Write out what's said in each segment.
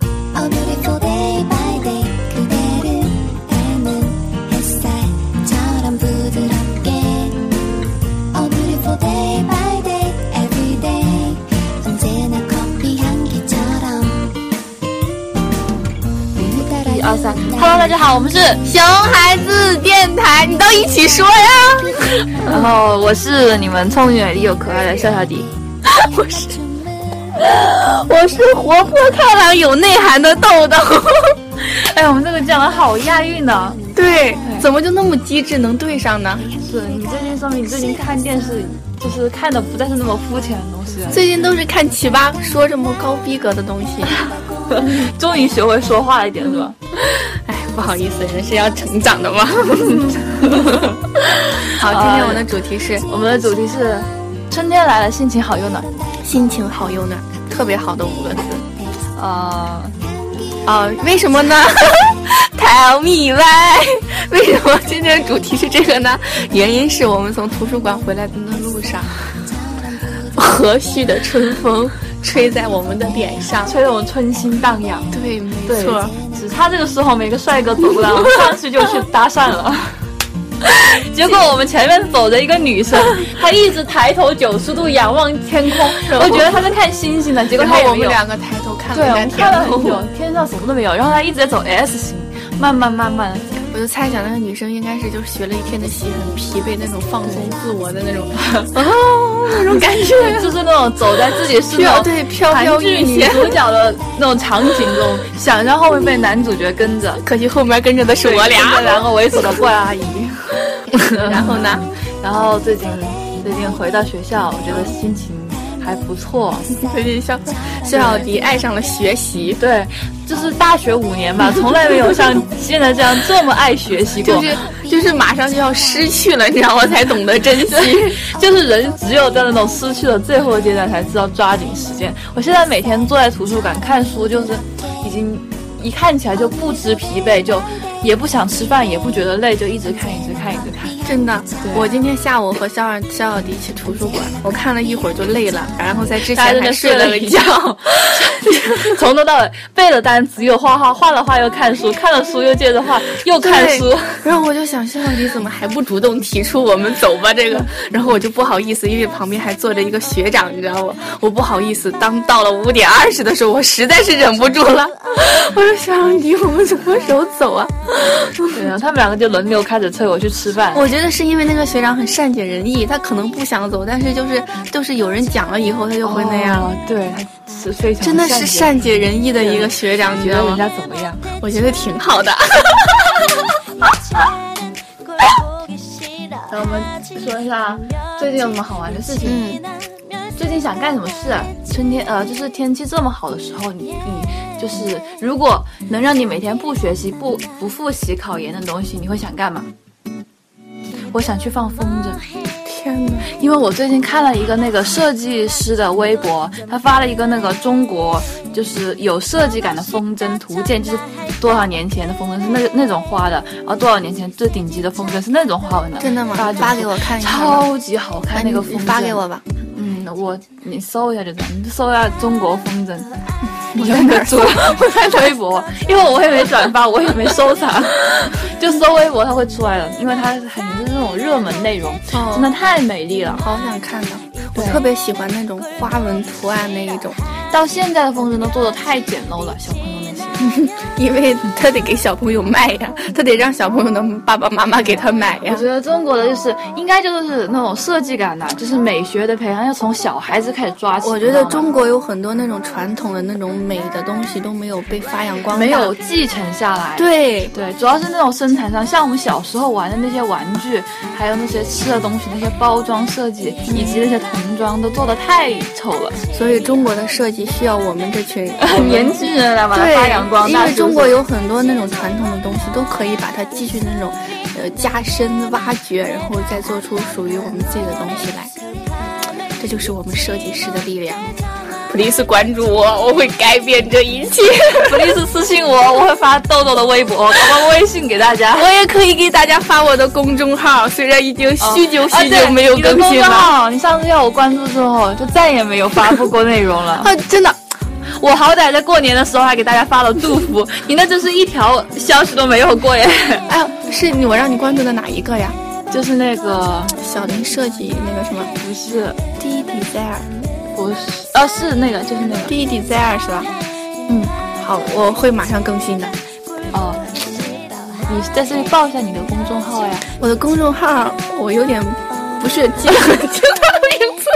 A beautiful day by day 그대를 닮은 햇살처럼 부드럽게 A beautiful day by day every day 언제나 커피 향기처럼 一一二三，Hello，大家好，我们是熊孩子电台，你都一起说呀！ 然后我是你们聪明、美丽又可爱的笑笑迪。我是我是活泼开朗、有内涵的豆 豆。哎，我们这个讲的好押韵呢。对，怎么就那么机智，能对上呢？是你最近说明你最近看电视，就是看的不再是那么肤浅的东西了，最近都是看奇葩说这么高逼格的东 西，终于学会说话了一点，是吧？哎，不好意思，人是要成长的嘛。 好，今天我们呃的主题是哦我们的主题是春天来了，心情好又暖。心情好又暖，特别好的五个字呃，啊、为什么呢 ？Tell me why？为什么今天的主题是这个呢？原因是我们从图书馆回来的路上，和煦的春风吹在我们的脸上。吹得我春心荡漾。对，没对错。，只差这个时候每个帅哥走过来，我们上去就去搭讪了。 结果我们前面走着一个女生，她一直抬头九十度仰望天空，我觉得她在看星星呢。结果然她后也我没们有。两个抬头看对，啊了我一下们看了天很久空，，天上什么都没有，然后她一直在走哎 S 型，慢慢慢 慢的。我就猜想那个女生应该是就是学了一天的习，很疲惫那种放松自我的 那种，哦，那种感觉。 就是那种走在自己是那飘 种对飘韩飘剧欲女仙，主角的那种场景中，想象后面被男主角跟着，可惜后面跟着的是我跟着俩。两个猥琐的怪阿姨。 然后呢？然后最近最近回到学校，我觉得心情还不错。最近肖肖小迪爱上了学习，对，就是大学五年吧，从来没有像现在这样这么爱学习 过。就是就是马上就要失去了，你知道吗？才懂得珍惜。就是人只有在那种失去了最后的阶段，才知道抓紧时间。我现在每天坐在图书馆看书，就是已经一看起来就不知疲惫，就也不想吃饭，也不觉得累，就一直看，一直看，一直看。真的，我今天下午和肖二肖小迪去图书馆，我看了一会儿就累了，然后在之前大家真还的睡了了个一觉觉。， 从头到尾背了单词又画画，画了画又看书，看了书又接着画，又看对书。然后我就想，肖小迪怎么还不主动提出我们走吧？这嗯个，然后我就不好意思，因为旁边还坐着一个学长，你知道吗？我不好意思。当到了五点二十的时候，我实在是忍不住 了，我说肖小迪，我们什么时候走啊？对啊，他们两个就轮流开始催我去吃饭。我觉得是因为那个学长很善解人意，他可能不想走，但是就是就是有人讲了以后，他就会那样。哦，对，他是非常真的是善善解人意的一个学长，你解，知觉得道吗？人家怎么样？我觉得挺好的。那我们说一下最近有什么好玩的事情？嗯，最近想干什么事啊？春天，呃，就是天气这么好的时候，你你就是如果能让你每天不学习、不不复习考研的东西，你会想干嘛？我想去放风筝。天哪！因为我最近看了一个那个设计师的微博，他发了一个那个中国就是有设计感的风筝图鉴，就是多少年前的风筝是那个那种花的，然后多少年前最顶级的风筝是那种花纹的。真的吗八九十发给我看一下吧超级好看那个风筝。发给我吧。嗯，我你搜一下就知道，你搜一下中国风 筝。我在哪儿做？我在微博，因为我也没转发，我也没收藏， 就搜微博它会出来的，因为它肯定是那种热门内容，哦真的太美丽了。好想看到，我对特别喜欢那种花纹图案那一种，到现在的风筝都做的太简陋了，小朋友那些。因为他得给小朋友卖呀，他得让小朋友的爸爸妈妈给他买呀我。觉得中国的就是应该就是那种设计感呐、就是美学的培养要从小孩子开始抓起。我觉得你知道吗中国有很多那种传统的那种美的东西都没有被发扬光大，没有继承下来。对。对，主要是那种生产上，像我们小时候玩的那些玩具，还有那些吃的东西，那些包装设计以及那些童装都做的太丑了。所以中国的设计需要我们这 群年轻人来把它对发扬光因大，为是不中是国有很多那种传统的东西，都可以把它继续那种，呃，加深挖掘，然后再做出属于我们自己的东西来。这就是我们设计师的力量。Please 关注我，我会改变这一 切。不吝是私信我，我会发豆豆的微博，我发微信给大 家。我也可以给大家发我的公众号，虽然已经许久啊许久没有更新了。对你的公众号你上次要我关注之后，就再也没有发布过内容了。哦啊，真的， 我好歹在过年的时候还给大家发了祝福，你那真是一条消息都没有过耶。哎，是你我让你关注的哪一个呀？ 就是那个小林设计那个什么不是 D Desire，D 不是，呃、是那个就是那个 Desire 是吧？嗯，好，我会马上更新的。哦，你在这里报一下你的公众号呀。我的公众号我有点不是记不清他的名字。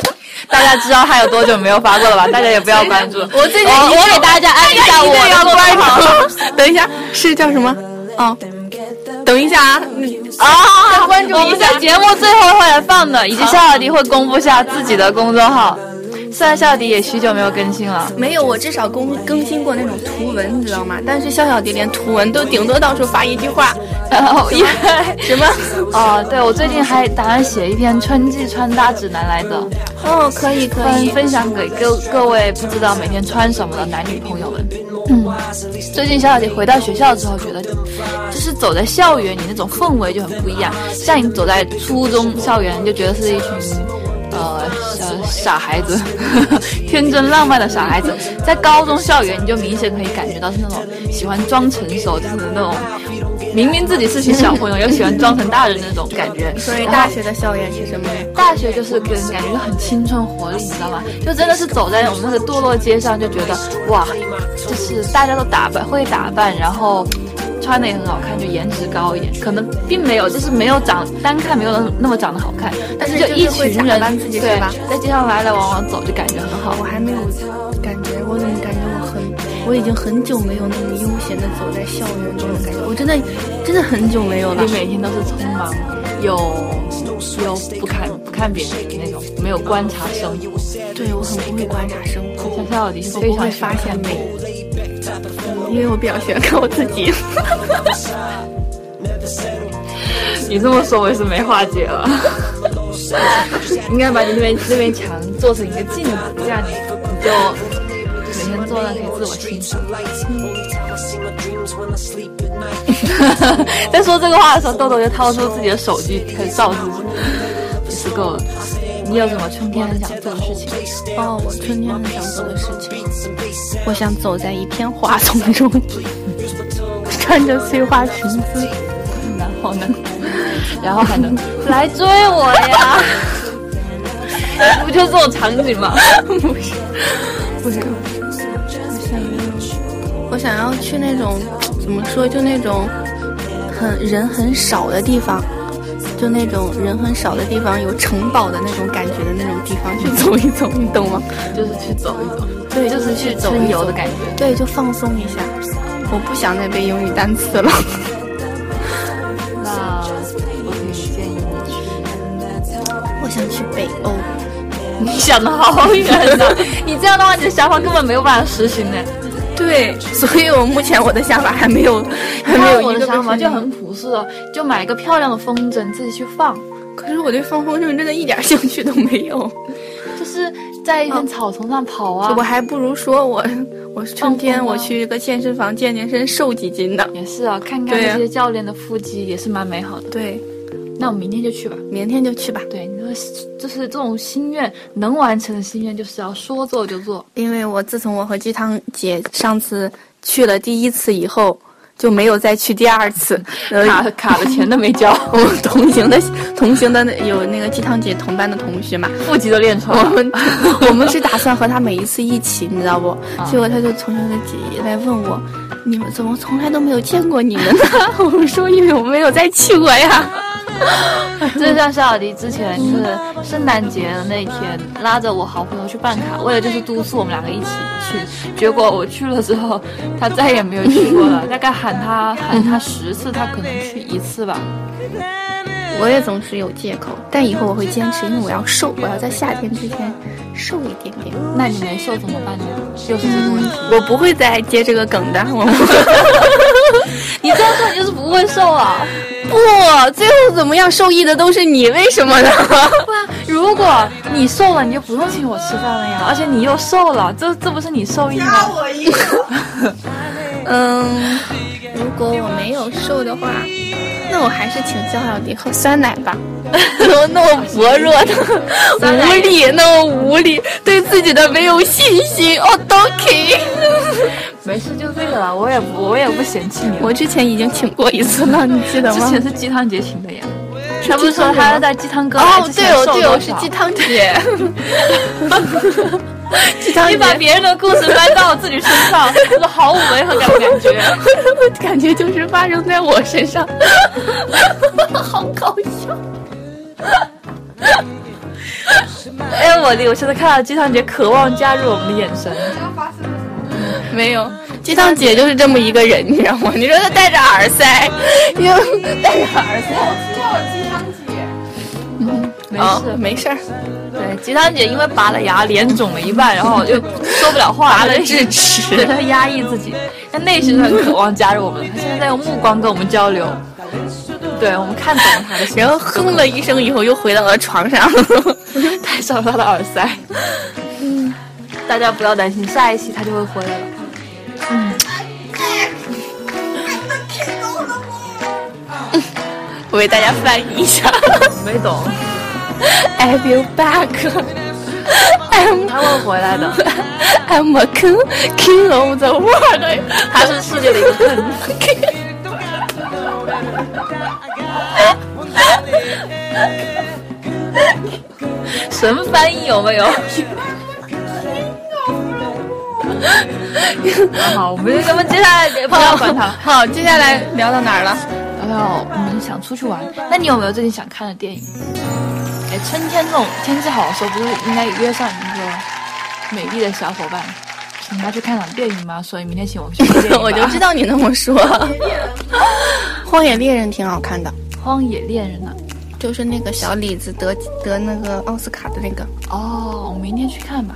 大家知道他有多久没有发过了吧？大家也不要关注。 我最近我一我给大家安利一下我定要的关公众号。 注。 等一下，是叫什么？哦，等一下啊，嗯啊要关注一下我们在节目最后会来放的，以及夏小迪会公布下自己的公众号。虽然夏小迪也许久没有更新 了， 没有，我至少更更新过那种图文，你知道吗？但是笑笑蝶连图文都顶多到处发一句话，然后因为 什么？哦，对我最近还打算写一篇春季穿搭指南来着，哦，可以可分以，分享给各各位不知道每天穿什么的男女朋友们。嗯，最近小小姐回到学校之后，觉得就是走在校园里那种氛围就很不一样。像你走在初中校园，就觉得是一群呃小傻孩子， 天真浪漫的傻孩子。在高中校园，你就明显可以感觉到是那种喜欢装成熟，就是那种明明自己是群小朋友，又喜欢装成大人的那种感觉。所以然后大学的校园是什么呀？大学就是给人感觉就很青春活力，你知道吗？就真的是走在我们那个堕落街上，就觉得哇，就是大家都打扮会打扮，然后穿的也很好看，就颜值高一点。可能并没有，就是没有长单看没有那么长得好看，但是但是一就是会群打人扮自己对是吧在街上来来往往走，就感觉很好我。哦还没有感觉，我怎么感觉我很，我已经很久没有那么悠闲的走在校园中的感觉，我真的真的很久没有了你。每天都是匆忙，又又不看不看别人的那种，没有观察生活。对我很不会观察生活，像夏小迪是我非不常会喜欢发现美，因为我比较喜欢看我自己。你这么说，我也是没话解 了。应该把你那边那面墙做成一个镜子，这样你你就每天坐那可以自我欣赏。在说这个话的时候，豆豆就掏出自己的手机开始照自己，也是够了。你有什么春天很想做的事情？哦，我春天很想做的事情，我想走在一片花丛中，穿着碎花裙子。然后呢？ 然后还能来追我呀？ 不就是这种场景吗？ 不是，我想要，我想要去那种怎么说，就那种很人很少的地方，就那种人很少的地方，有城堡的那种感觉的那种地方去走一走，你懂吗？就是去走一走，对就是去走春一游游的的感觉。对，就放松一下。我不想再背英语单词 了。那我给你建议你去。我想去北欧， 你想的好远 呐、你这样的话，你的想法根本没有办法实行呢。对，所以我目前我的想法还没有，还没有我一的个想法被就实现很朴素的，就买一个漂亮的风筝自己去放，可是我对放风筝真的一点兴趣都没 有，就是在一嗯片草丛上跑啊。我还不如说我我春天放风啊我去一个健身房健健身，瘦几斤呢。也是啊，看看对啊那些教练的腹肌也是蛮美好的。对，那我们明天就去吧。明天就去吧，对，你说就是这种心愿能完成的心愿，就是要说做就做。因为我自从我和鸡汤姐上次去了第一次以后，就没有再去第二次。 呃卡卡的钱都没 交，我们同行的同行的那有那个鸡汤姐同班的同学嘛，腹肌都练出来我了。们 我们是打算和他每一次一起，你知道不？结果他就从那个姐姐来问我，你们怎么从来都没有见过你们呢？我说因为我没有再去过呀。 就像小小迪之前就是圣诞节的那一天，拉着我好朋友去办卡，为了就是督促我们两个一起去。结果我去了之后，他再也没有去过了。大概喊他喊他十次，他可能去一次吧。我也总是有借口，但以后我会坚持，因为我要瘦，我要在夏天之前瘦一点点。那你没瘦怎么办呢？又是这个问题。我不会再接这个梗的， 我你这样说你就是不会瘦啊！不，最后怎么样受益的都是你，为什 么呢？如果你瘦了，你就不用请我吃饭了呀。而且你又 瘦了，这这不是你受益吗？嗯，如果我没有瘦的话，那我还是请肖小迪喝酸奶吧。我那么薄弱的， 酸奶无力，那么无力，对自己的没有信心。哦，Doki，没事就对了，我也不我也不嫌弃你。我之前已经请过一次了，你记得之吗？前是鸡汤姐请的呀，是他不是鸡汤说姐吗他在鸡汤哥来哦之，前对哦瘦对多哦，是少鸡汤姐， 鸡汤你姐把别人的故事搬到自己身上，真的毫无违和感感觉。感觉就是发生在我身上， 好搞笑。 哎，我的，我现在看到鸡汤姐渴望加入我们的眼神，没有，鸡汤姐就是这么一个人，你知道吗？你说她戴着耳 塞，因为戴着耳塞，没哦事，没事儿，对，鸡汤姐因为拔了牙，脸肿了一半，然后又说不了话，拔了智 对齿。她压抑自己，但内心是很渴望加入我们的。她现在在用目光跟我们交流，对我们看懂了她的心，然后哼了一声以后，又回到了床上。 戴上了她的耳塞。嗯，大家不要担心，下一期她就会回来了。我为大家翻译一下没懂， ：I will back, I'm 她会回来的， I'm a king, king of the world。她是世界的一个根。神翻译有没有？好，我们就咱们接下来不要管他。好，接下来聊到哪儿了？聊聊我们想出去玩，那你有没有最近想看的电影？哎，春天这种天气好的时候，不是应该约上一个美丽的小伙伴，请他去看场电影吗？所以明天请我去看电影吧。 我就知道你那么说。荒野猎人挺好看的， 《荒野恋人》呢。啊就是那个小李子得得那个奥斯卡的那个。哦，我明天去看吧。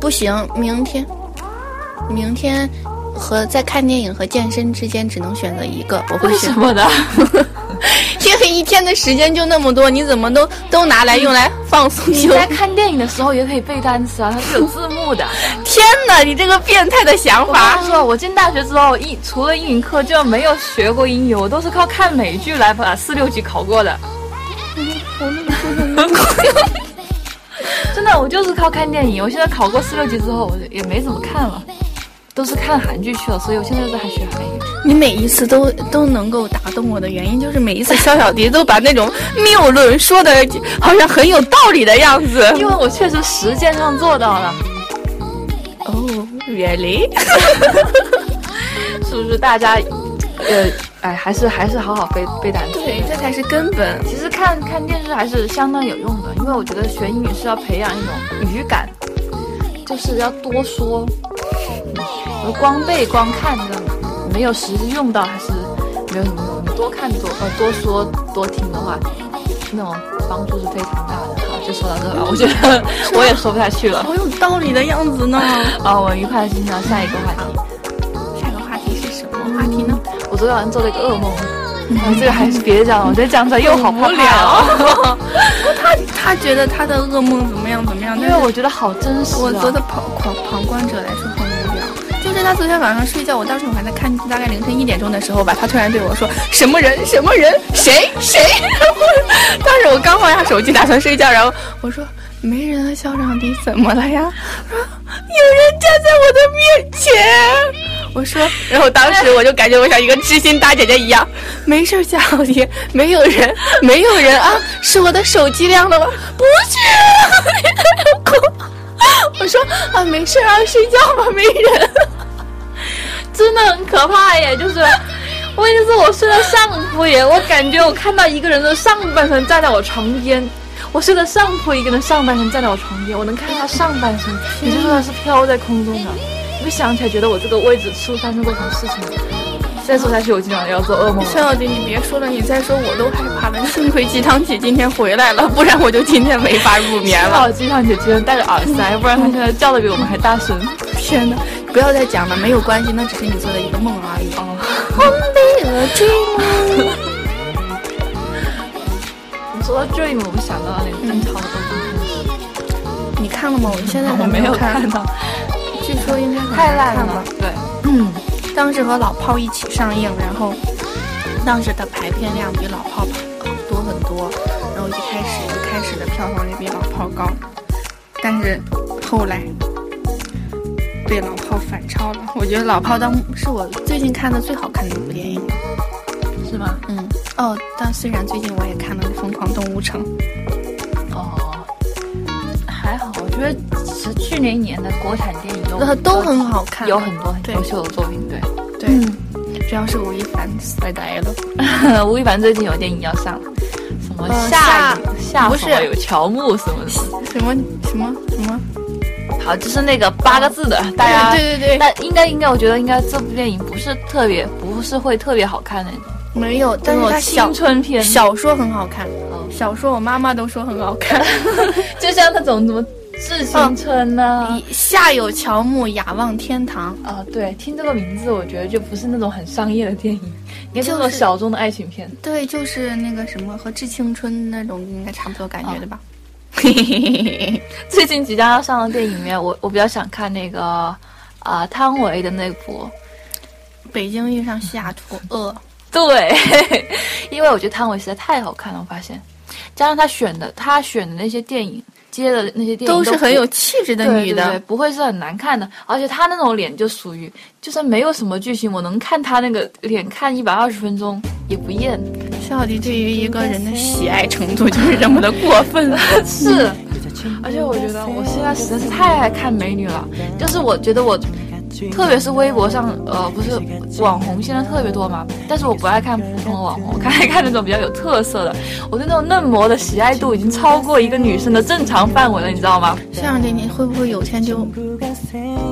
不行，明天，明天和在看电影和健身之间只能选择一个，我会 选。么呢？ 因为一天的时间就那么多，你怎么都都拿来用来放松你就？在看电影的时候也可以背单词啊，它是有字幕的。天哪，你这个变态的想我法 跟！你说，我进大学之后，英除了英语课就没有学过英语，我都是靠看美剧来把四六级考过的。 真的，我就是靠看电影。我现在考过四六级之后，我也没怎么看了，都是看韩剧去了。所以我现在在还学韩语。你每一次都都能够打动我的原因，就是每一次肖小迪都把那种谬论说的好像很有道理的样 子。因为我确实实践上做到了，哦、oh,，really？是不是？大家，呃，哎，还是还是好好背背单词。对，这才是根本。其实看看电视还是相当有用的，因为我觉得学英语是要培养一种语感，就是要多说。而光背光看着没有实际用到，还是没有什么用。你多看多呃多说多听的话，那种帮助是非常大的。好，就说到这吧，我觉得我也说不下去了。 好有道理的样子 呢。啊，我们愉快的进行到下一个话题。下个话题是什么话题呢？我昨天晚上做了一个噩梦，啊，这个还是别讲了，我觉得讲出来又好怕怕哦。他他觉得他的噩梦怎么样怎么样？ 因但为是我觉得好真实、啊。我作为旁旁旁观者来说很无聊。就是他昨天晚上睡觉，我当时我还在看，大概凌晨一点钟的时候吧，他突然对我说：“什么人？什么人？谁谁？” 当时我刚放下手机打算睡觉，然后我说：“没人啊，肖长迪怎么了呀？”他说：“有人站在我的面前。”我说，然后当时我就感觉我像一个知心大姐姐一样，没事儿，夏小迪，没有人，没有人啊，是我的手机亮了吗？不啊 是，我说啊，没事啊，睡觉吧，没人。 真的很可怕耶！就是，问题是我睡在上铺耶，我感觉我看到一个人的上半身站在我床边，我睡在上铺，一个人上半身站在我床边，我能看到他上半身，也就是说他是飘在空中的。我想起来，觉得我这个位置是不是发生过什么事情？现在说下去，我经常要做噩梦夏了。小迪，你别说了，你再说我都害怕了。幸亏鸡汤姐今天回来了，不然我就今天没法入眠还了。好机上姐居然戴着耳塞，不然她现在叫的比我们还大声。天哪，不要再讲了，没有关系，那只是你做的一个梦而已。哦，我说到 dream，我们想到了那个邓超的《你哦看了吗？我现在我还没有看看，到，据说应该很太烂难看了吧。。对。嗯当时和老炮一起上映，然后当时的排片量比老炮多很多，然后一开始一开始的票房也比老炮高，但是后来被老炮反超了。我觉得老炮当是我最近看的最好看的一部电影。是吗？嗯，哦，但虽然最近我也看了《疯狂动物城》，哦，还好，我觉得其实去年一年的国产电影都呃，都很好看，嗯有很多很对优秀的作品。对，对，主要是吴亦凡帅呆了。 吴亦凡最近有电影要上，什么呃夏雨、夏不什么是有乔木什么什么，什么什么什么？ 好，就是那个八个字的，大家对对对，但应该应该，我觉得应该这部电影不是特别，不是会特别好看的，没有，但是那他种小青春片，小说很好看，哦小说我妈妈都说很好 看。就像那种什么致青春啊呢、下有乔木，雅望天堂。啊？对，听这个名字，我觉得就不是那种很商业的电影，应该是那种就是小众的爱情片。对，就是那个什么和《致青春》那种应该差不多感觉的吧。 哦最近即将要上的电影里面，我我比较想看那个啊、汤唯的那部， 北京遇上西雅 图，呃，对， 因为我觉得汤唯实在太好看了，我发现，加上她选的她选的那些电影接的那些电影都是不很有气质的对女对对的。不会是很难看的。而且她那种脸就属于，就算没有什么剧情，我能看她那个脸看一百二十分钟也不厌。小迪对于一个人的喜爱程度就是这么的过 分。是，而且我觉得我现在实在是太爱看美女了，就是我觉得我。特别是微博上，呃，不是网红现在特别多嘛，但是我不爱看普通的网红，我看爱 看那种比较有特色的。我对那种嫩模的喜爱度已经超过一个女生的正常范围了，你知道吗？这样的你会不会有天就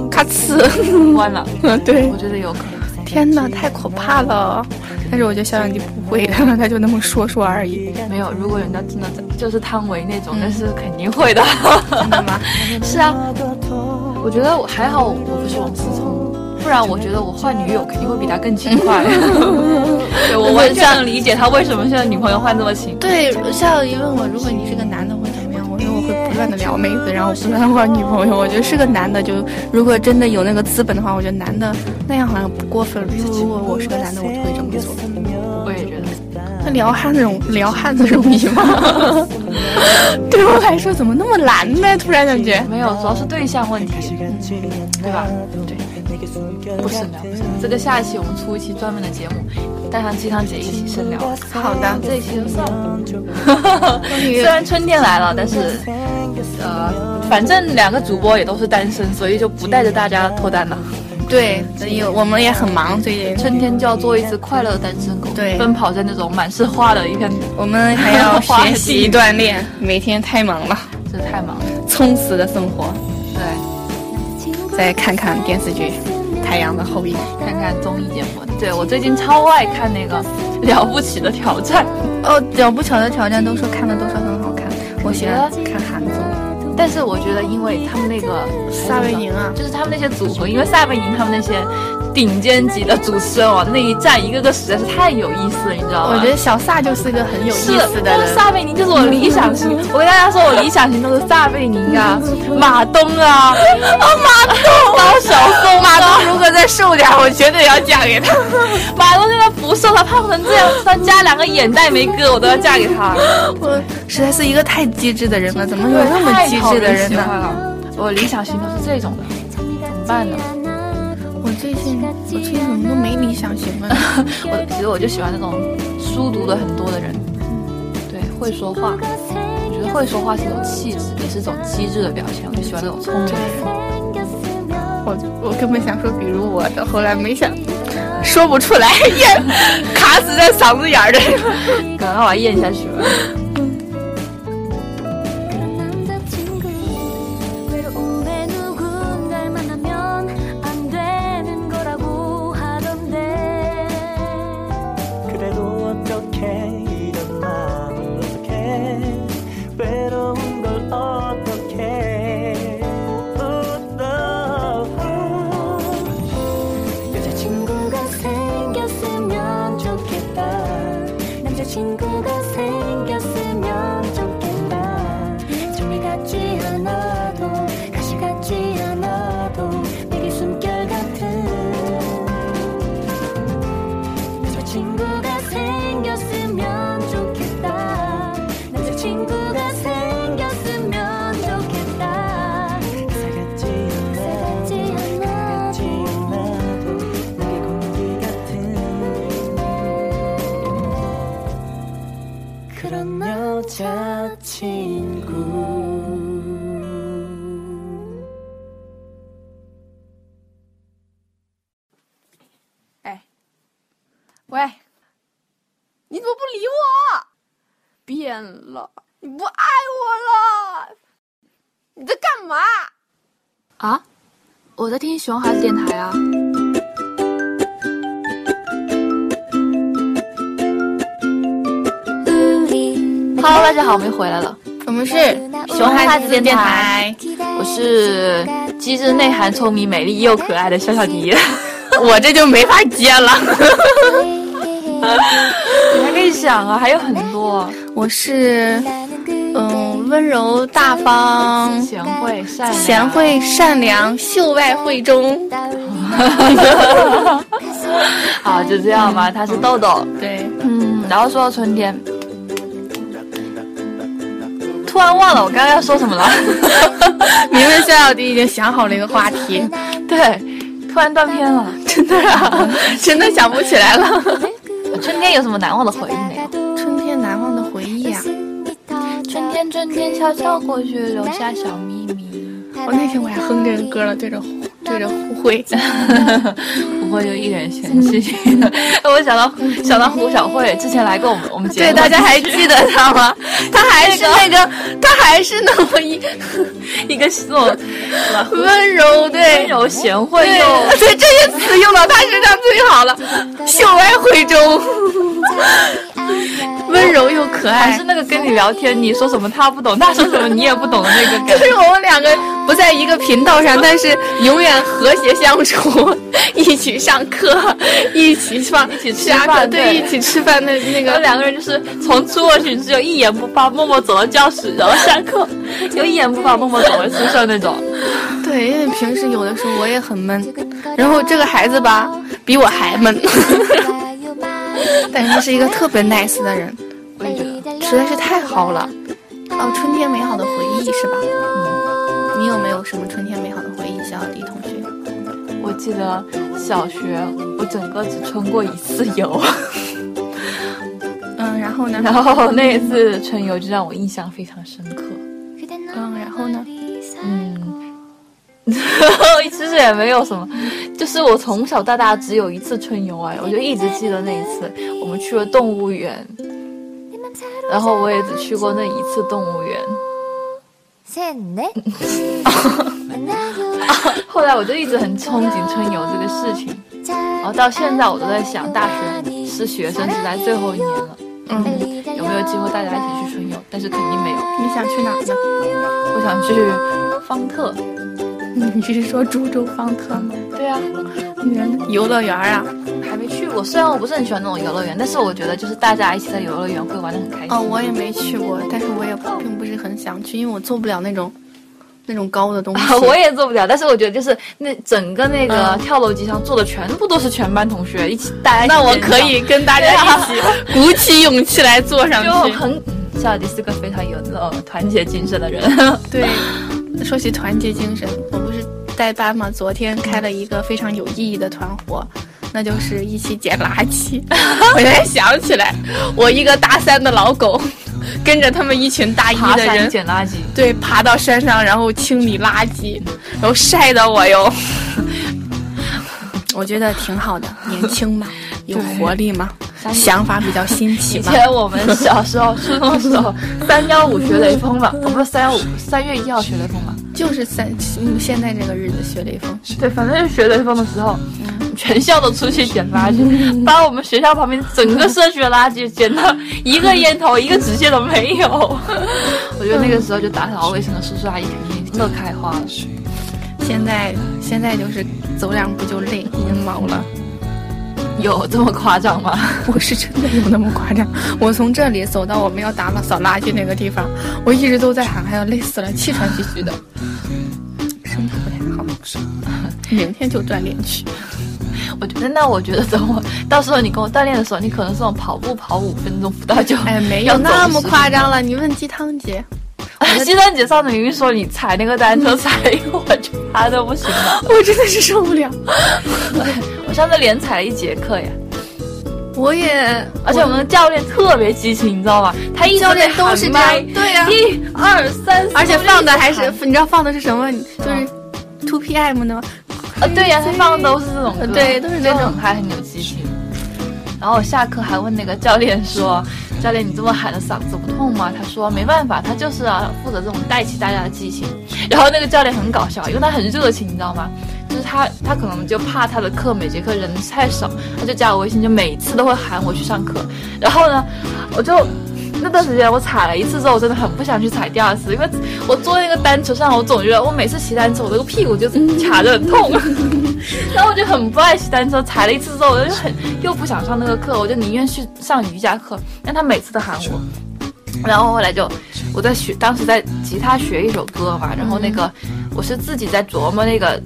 咔呲？ 关了，对我觉得有可能。天哪，太可怕了！但是我觉得小两弟不会， 他就那么说说而 已，没有，如果人家真的就是汤唯那种，那是肯定会的。真的吗？是啊，我觉得我还好，我不是王思聪，不然我觉得我换女友肯定会比他更勤 快。对，我完全能理解他为什么现在女朋友换这么勤。对，夏小迪问我，如果你是个男的会怎么样？我说我会不断的撩妹子，然后不断的换女朋友。我觉得是个男的，就如果真的有那个资本的话，我觉得男的那样好像不过分。如果我是个男的，我就会这么做。我也觉得，那撩汉子容撩汉子容易吗？ 对我来说怎么那么难呢？突然感觉没有，主要是对象问题，对吧？对，不深聊，不深聊。这个下一期我们出一期专门的节目，带上鸡汤姐一起深聊。好的，这一期就算 了。虽然春天来了，但是，呃，反正两个主播也都是单身，所以就不带着大家脱单了。对，所以我们也很忙，所以春天就要做一只快乐的单身狗，对奔跑在那种满是花的一片，我们还要学习锻炼，每天太忙了，这太忙了。充实的生活。对，再看看电视剧《太阳的后裔》，看看综艺节目。对我最近超爱看那个《了不起的挑战》，哦，了不起的挑战都说看了，都说很好看。我喜欢看韩综，但是我觉得因为他们那个撒贝宁啊就是他们那些组合，因为撒贝宁他们那些顶尖级的主持人往那一站，一个个实在是太有意思了，你知道吗？我觉得小撒就是个很有意是，思的就是人。撒贝宁就是我的理想型。我跟大家说，我理想型都是撒贝宁啊、马东啊、啊马东、高晓松、马东。如果再瘦点，我绝对要嫁给他。马东现在不瘦，他胖成这样，他加两个眼袋没割，我都要嫁给他。我实在是一个太机智的人了，怎么有那么机智的人啊太讨喜欢呢？了？我理想型都是这种的，怎么办呢？ 我最近我最近怎么都没理想型了呢？我其实我就喜欢那种书读的很多的人，对，会说话。我觉得会说话是一种气质，也是一种机智的表现。我就喜欢那种聪明的人。我我根本想说，比如我的，后来没想，说不出来， 咽卡死在嗓子眼儿这个。赶快把它咽下去吧。 그런 남자친구 외로움에 누군가를 만나면 안 되는 거라고 하던데 그래도 어떡해 이런 마음을 어떡해 외로운 걸 어떡해 어떡해. 여자친구가 생겼으면 좋겠다 남자친구가 생겼으면 좋겠다 정말 같지 않아도 가시 같지 않아도 내게 숨결 같은 喂，你怎么不理我？变了，你不爱我了？你在干嘛？啊，我在听熊孩子电台啊。Hello，大家好，我们又回来了。我们是熊孩子电台，我是机智、内涵、聪明、美丽又可爱的小小迪。我这就没法接了。你还可以想啊，还有很多我是嗯，温柔大方、贤惠、善良、贤惠、善良、秀外慧中。好，啊就这样吧。他是豆豆，对，嗯，然后说到春天，突然忘了我刚刚要说什么了。 明明夏小迪已经想好了一个话题， 对，突然断片了。真的啊，真的想不起来了。春天有什么难忘的回忆没有？春天难忘的回忆啊！春天，春天悄悄过去，留下小秘密。我哦那天我还哼这个歌了，对着对着胡慧， 不会就一脸嫌弃。我想到想到胡小慧之前来过我们我们节目，对大家还记得他吗？ 他还是那个，他还是那么一一个这种温柔，温对柔贤惠对又 对，这些词用到他身上最好了，秀外慧中， 温柔又可还爱是。那个跟你聊天，你说什么他不懂，他说什么你也不懂的那个 就梗。是我们两个不在一个频道上，但是永远和谐相处， 一起上课，一起放，一起吃下课，饭对，对一起吃饭的那然后个。两个人就是从出过去只有一言不发，默默走到教室，然后下课又一言不发，默默走回宿舍那种。对，因为平时有的时候我也很闷，然后这个孩子吧，比我还闷， 但是是一个特别 nice 的人，我也觉得实在是太好了。哦，春天美好的回忆是吧？嗯，你有没有什么春天美好的回忆，小迪同学？我记得小学我整个只春过一次游，嗯，然后呢？ 然后那一次春游就让我印象非常深刻。嗯，然后呢？嗯， 其实也没有什么，就是我从小到大只有一次春游啊，我就一直记得那一次，我们去了动物园，然后我也只去过那一次动物园。后来我就一直很憧憬春游这个事情，然后到现在我都在想，大学是学生时代最后一年了，嗯，有没有机会大家一起去春游？但是肯定没有。你想去哪儿呢？我想去方特，你是说株洲方特吗？对啊，游乐园啊？还没去过。虽然我不是很喜欢那种游乐园，但是我觉得就是大家一起在游乐园会玩的很开心。哦，我也没去过，但是我也并不是很想去，因为我做不了那种那种高的东西 。我也做不了，但是我觉得就是那整个那个嗯跳楼机上坐的全部都是全班同学一起，大家一起那我尖叫可以跟大家一 起鼓起勇气来坐上啊就去。很。小迪是个非常有那种团结精神 的人，对，说起团结精神，我不是带班嘛，昨天开了一个非常有意义的团伙。那就是一起捡垃 圾。我现在想起来，我一个大三的老狗，跟着他们一群大一爬的人山捡垃圾，对，爬到山上，然后清理垃圾，然后晒得我哟。 我觉得挺好的，年轻 嘛，有活力嘛，想法比较新奇以 嘛。前我们小时候、初中的时候，三幺五学雷锋嘛，我不是三幺五三月一号学雷锋嘛，就是三，嗯现在这个日子学雷锋。 对，反正是学雷锋的时候，全校都出去捡垃圾，把我们学校旁边整个社区的垃圾捡到一个烟头、一个纸屑都没有。我觉得那个时候就打扫卫生的叔叔阿姨肯定乐开花了。现在现在就是走两步就累，已经老了。 有这么夸张吗？ 我是真的有那么夸张？我从这里走到我们要打了扫垃圾那个地方，我一直都在喊，哎呀，累死了，气喘吁吁的，身体不太好。明天就锻炼去。我觉得那我觉得等我到时候你跟我锻炼的时候，你可能是那种跑步跑五分钟不到就哎，没要有走那么10夸张了。你问鸡汤姐， 西单姐上次明明说你踩那个单车踩一个我就爬都不 行了，我真的是受不了。我上次连踩了一节课呀。我也，而且我们的教练特别激情，你知道吗？他一直教练在都喊是这麦样，对呀、一二三，而且放的还是啊、你知道放的是什么？就是 Two PM 的吗？呃对呀、他放的都是这种歌，对都是这种就很嗨，很有激情。然后下课还问那个教练说：“教练，你这么喊的嗓子不痛吗？”他说：“没办法，他就是啊，负责这种带起大家的激情。”然后那个教练很搞笑，因为他很热情，你知道吗？就是他，他可能就怕他的课每节课人太少，他就加我微信，就每次都会喊我去上课。然后呢，我就那段时间我踩了一次之后，我真的很不想去踩第二次，因为我坐那个单车上，我总觉得我每次骑单车，我那个屁股 就卡着很痛。然后我就很不爱骑单车，踩了一次之后，我就很又不想上那个课，我就宁愿去上瑜伽课。但他每次都喊我，然后后来就我在学，当时在吉他学一首歌嘛，然后那个我是自己在琢磨那个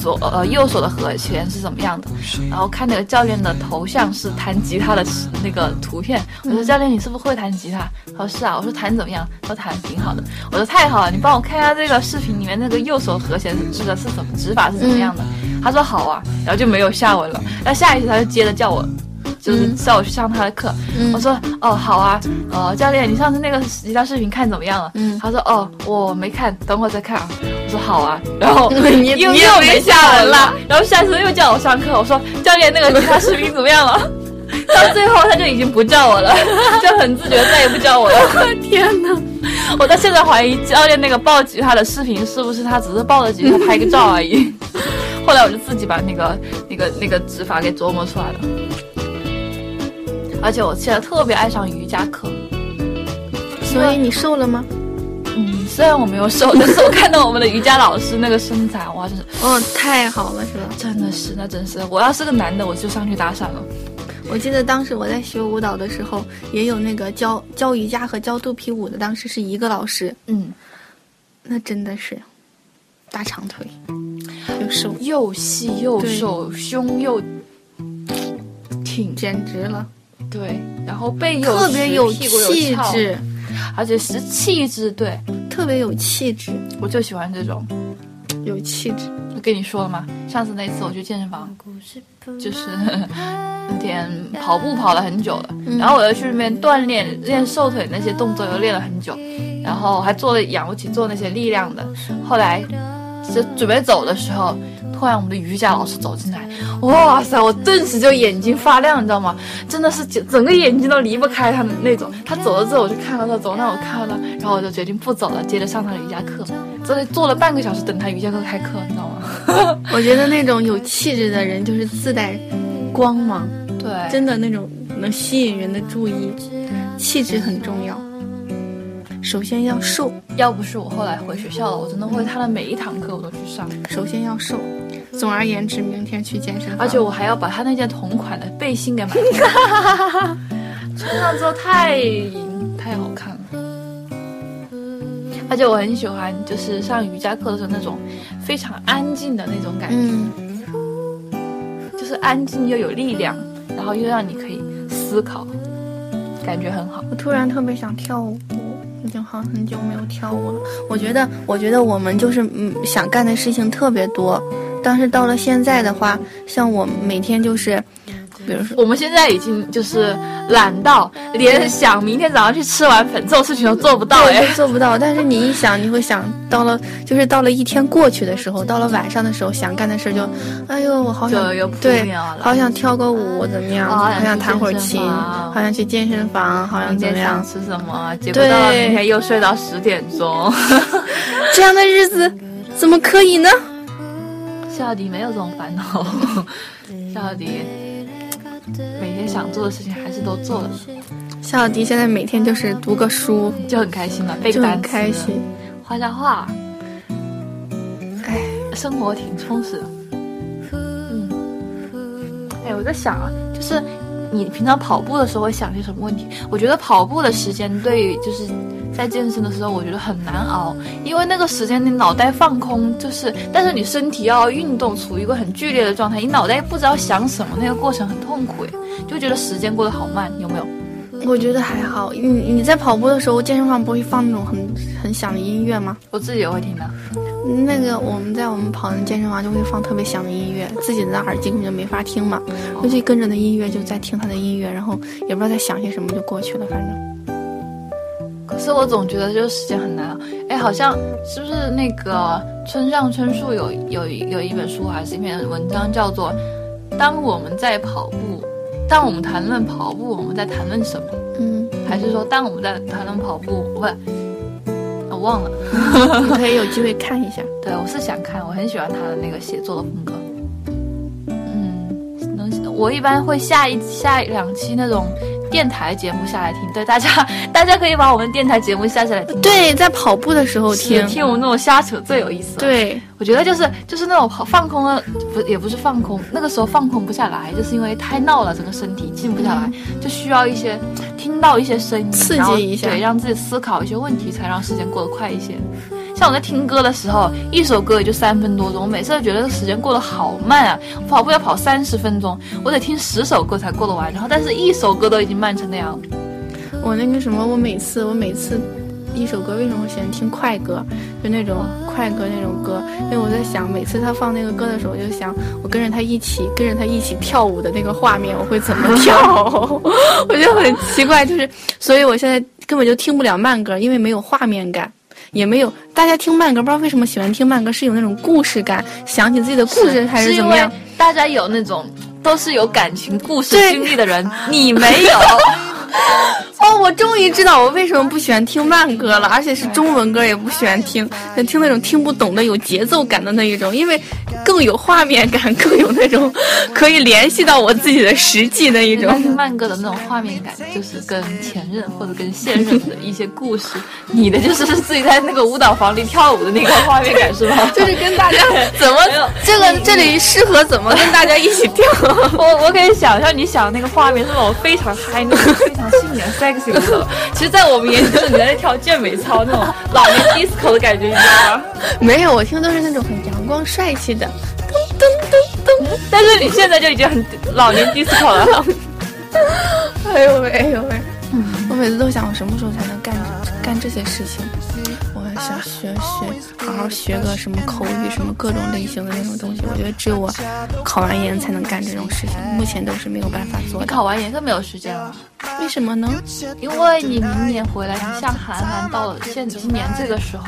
左呃右手的和弦是怎么样的，然后看那个教练的头像是弹吉他的那个图片，我说教练你是不是会弹吉他？他说是啊，我说弹怎么样？他说弹挺好的，我说太好了，你帮我看一下这个视频里面那个右手和弦指的是怎么指法是怎么样的。他说好啊，然后就没有下文了。然后下一次他就接着叫我，就是叫我去上他的课。我说哦好啊，呃教练你上次那个吉他视频看怎么样了？嗯他说哦我没看，等会儿再看啊。我说好啊，然 后你又你也又没没下文了。然后下次又叫我上课，我说教练那个吉他视频怎么样了？到最后他就已经不叫我了， 就很自觉地再也不叫我了。天哪！我到现在怀疑教练那个抱吉他的视频是不是他只是抱着吉他拍个照 而已。后来我就自己把那个那个那个指法给琢磨出来了，而且我现在特别爱上瑜伽课。所以你瘦了吗？嗯，虽然我没有瘦，但是我看到我们的瑜伽老师那个身材，哇，真是哦，太好了，是吧？真的是那真是，我要是个男的，我就上去搭讪了。我记得当时我在学舞蹈的时候，也有那个教教瑜伽和教肚皮舞的，当时是一个老师，嗯，那真的是大长腿，又瘦，又细又瘦，胸又挺，简直了，对，然后背又特别有直屁股又气翘质，而且是气质，对特别有气质，我就喜欢这种。有气质。我跟你说了吗？上次那次我去健身房，就是 有点跑步跑了很久了，然后我又去那边锻炼，练瘦腿那些动作又练了很久，然后还做了仰卧起坐那些力量的。后来就准备走的时候，突然我们的瑜伽老师走进来，哇塞！我顿时就眼睛发亮，你知道吗？真的是整整个眼睛都离不开他的那种。他走了之后，我就看到他，走了之后我看到他，然后我就决定不走了，接着上他的瑜伽课。真的坐了半个小时等他瑜伽课开课，你知道吗？ 我觉得那种有气质的人就是自带光芒，对，真的那种能吸引人的注意，气质很重要。首先要瘦，要不是我后来回学校了，我真的会他的每一堂课我都去上，首先要瘦。总而言之，明天去健身房。 而且我还要把他那件同款的背心给买了， 穿上之后太太好看了。而且我很喜欢，就是上瑜伽课的时候那种非常安静的那种感觉，嗯，就是安静又有力量，然后又让你可以思考，感觉很好。我突然特别想跳舞，已经好像很久没有跳舞了。我觉得，我觉得我们就是嗯想干的事情特别多，但是到了现在的话，像我每天就是，比如说我们现在已经就是懒到连想明天早上去吃碗粉这种事情都做不到对哎。做不到，但是你一想，你会想到了，就是到了一天过去的时候，到了晚上的时候，想干的事就，哎呦，我好想就又扑对面了，好想跳个舞，怎么样？哦好想弹会儿想去健琴，身房好想去健身房，好想怎今么天想样？吃什么，结果到了明天又睡到十点钟。这样的日子怎么可以呢？ 夏迪没有这种烦恼，嗯夏迪每天想做的事情还是都做了，夏小迪现在每天就是读个书，就很开心了，背就个很单词，啊开心。画画画，哎，生活挺充实的。嗯，哎，我在想啊，就是你平常跑步的时候会想些什么问题？我觉得跑步的时间对于就是在健身的时候，我觉得很难熬，因为那个时间你脑袋放空，就是但是你身体要运动，处于一个很剧烈的状态，你脑袋不知道想什么，那个过程很痛苦，哎就觉得时间过得好慢，有没有？我觉得还好。你你在跑步的时候，健身房不会放那种很很响的音乐吗？我自己也会听的。那个我们在我们跑的健身房就会放特别响的音乐，自己的耳机根本就没法听嘛，哦我就跟着那音乐就在听他的音乐，然后也不知道在想些什么就过去了，反正可是我总觉得就是时间很难熬。哎，好像是不是那个村上春树有有有一本书还是一篇文章叫做《当我们在跑步》。当我们谈论跑步，我们在谈论什么？嗯，还是说当我们在谈论跑步，不，我忘了。你可以有机会看一下。对，我是想看，我很喜欢他的那个写作的风格。嗯，能，我一般会下一下一两期那种电台节目下来听。对，大家大家可以把我们电台节目下下来听。对，在跑步的时候是，听。听我们那种瞎扯最有意思。，对，我觉得就是就是那种跑放空了，不也不是放空，那个时候放空不下来，就是因为太闹了，整个身体静不下来，就需要一些呃听到一些声音，嗯刺激然后一下对，让自己思考一些问题，才让时间过得快一些。像我在听歌的时候，一首歌也就三分多钟，我每次都觉得这个时间过得好慢啊！我跑步要跑三十分钟，我得听十首歌才过得完，然后但是一首歌都已经慢成那样了。我那个什么，我每次我每次一首歌，为什么我喜欢听快歌？就那种快歌那种歌，因为我在想，每次他放那个歌的时候，我就想我跟着他一起跟着他一起跳舞的那个画面，我会怎么跳？ 我就很奇怪，就是所以我现在根本就听不了慢歌，因为没有画面感。也没有，大家听慢歌，不知道为什么喜欢听慢歌，是有那种故事感，想起自己的故事还是怎因么为样？大家有那种都是有感情故事对经历的人， 你没有。哦，我终于知道我为什么不喜欢听慢歌了，而且是中文歌也不喜欢听，想听那种听不懂的、有节奏感的那一种，因为更有画面感，更有那种可以联系到我自己的实际那一 但是种。慢歌的那种画面感，就是跟前任或者跟现任的一些故事，你的就是自己在那个舞蹈房里跳舞的那个画面感是 吧？就是跟大家怎么没有这个这里适合怎么跟大家一起跳，我我可以想象你想那个画面是那种非常嗨、那 种非常性感、sexy 的舞蹈。其实，在我们眼里，就是你在跳健美操那种老年 disco 的感觉，你知道 吗？ 没有，我听都是那种很阳光帅气的，噔噔噔噔。但是你现在就已经很老年 disco 了。 哎呦喂，哎呦喂！我每次都想，我什么时候才能干干这些事情？我还想学学，好好学个什么口语，什么各种类型的那种东西。我觉得只有我考完研才能干这种事情，目前都是没有办法做的。考完研更没有时间了。为什么呢？因为你明年回来，你像韩寒到了现今年这个时候，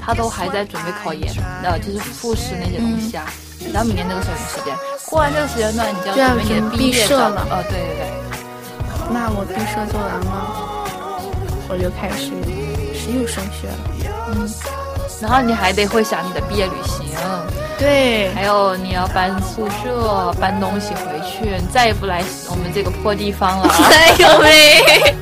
他都还在准备考研，呃，就是复试那些东西啊。然后明年这个时候有时间，过完这个时间段，你就就要要准备你的准备毕毕业设照了呃，对对对，那我毕设做完了，我就开始是又升学了。然后你还得会想你的毕业旅行，对，还有你要搬宿舍、搬东西回去，你再也不来我们这个破地方了。 啊 哎呦喂！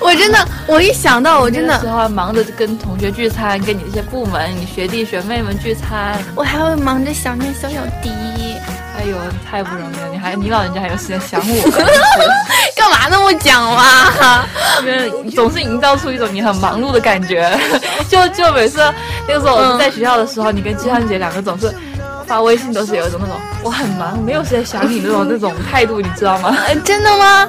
我真的，我一想到，我真那时的，候还忙着跟同学聚餐，跟你这些部门、你学弟学妹们聚餐，我还会忙着想念小小 迪。哎呦，太不容易了！你还你老人家还有时间想我。干嘛那么讲嘛？就是总是营造出一种你很忙碌的感觉。 就就每次那个时候我们在学校的时候，你跟季汉杰两个总是发微信，都是有一种那种我很忙，没有时间想你那种那种态度，你知道吗？ 呃，真的吗？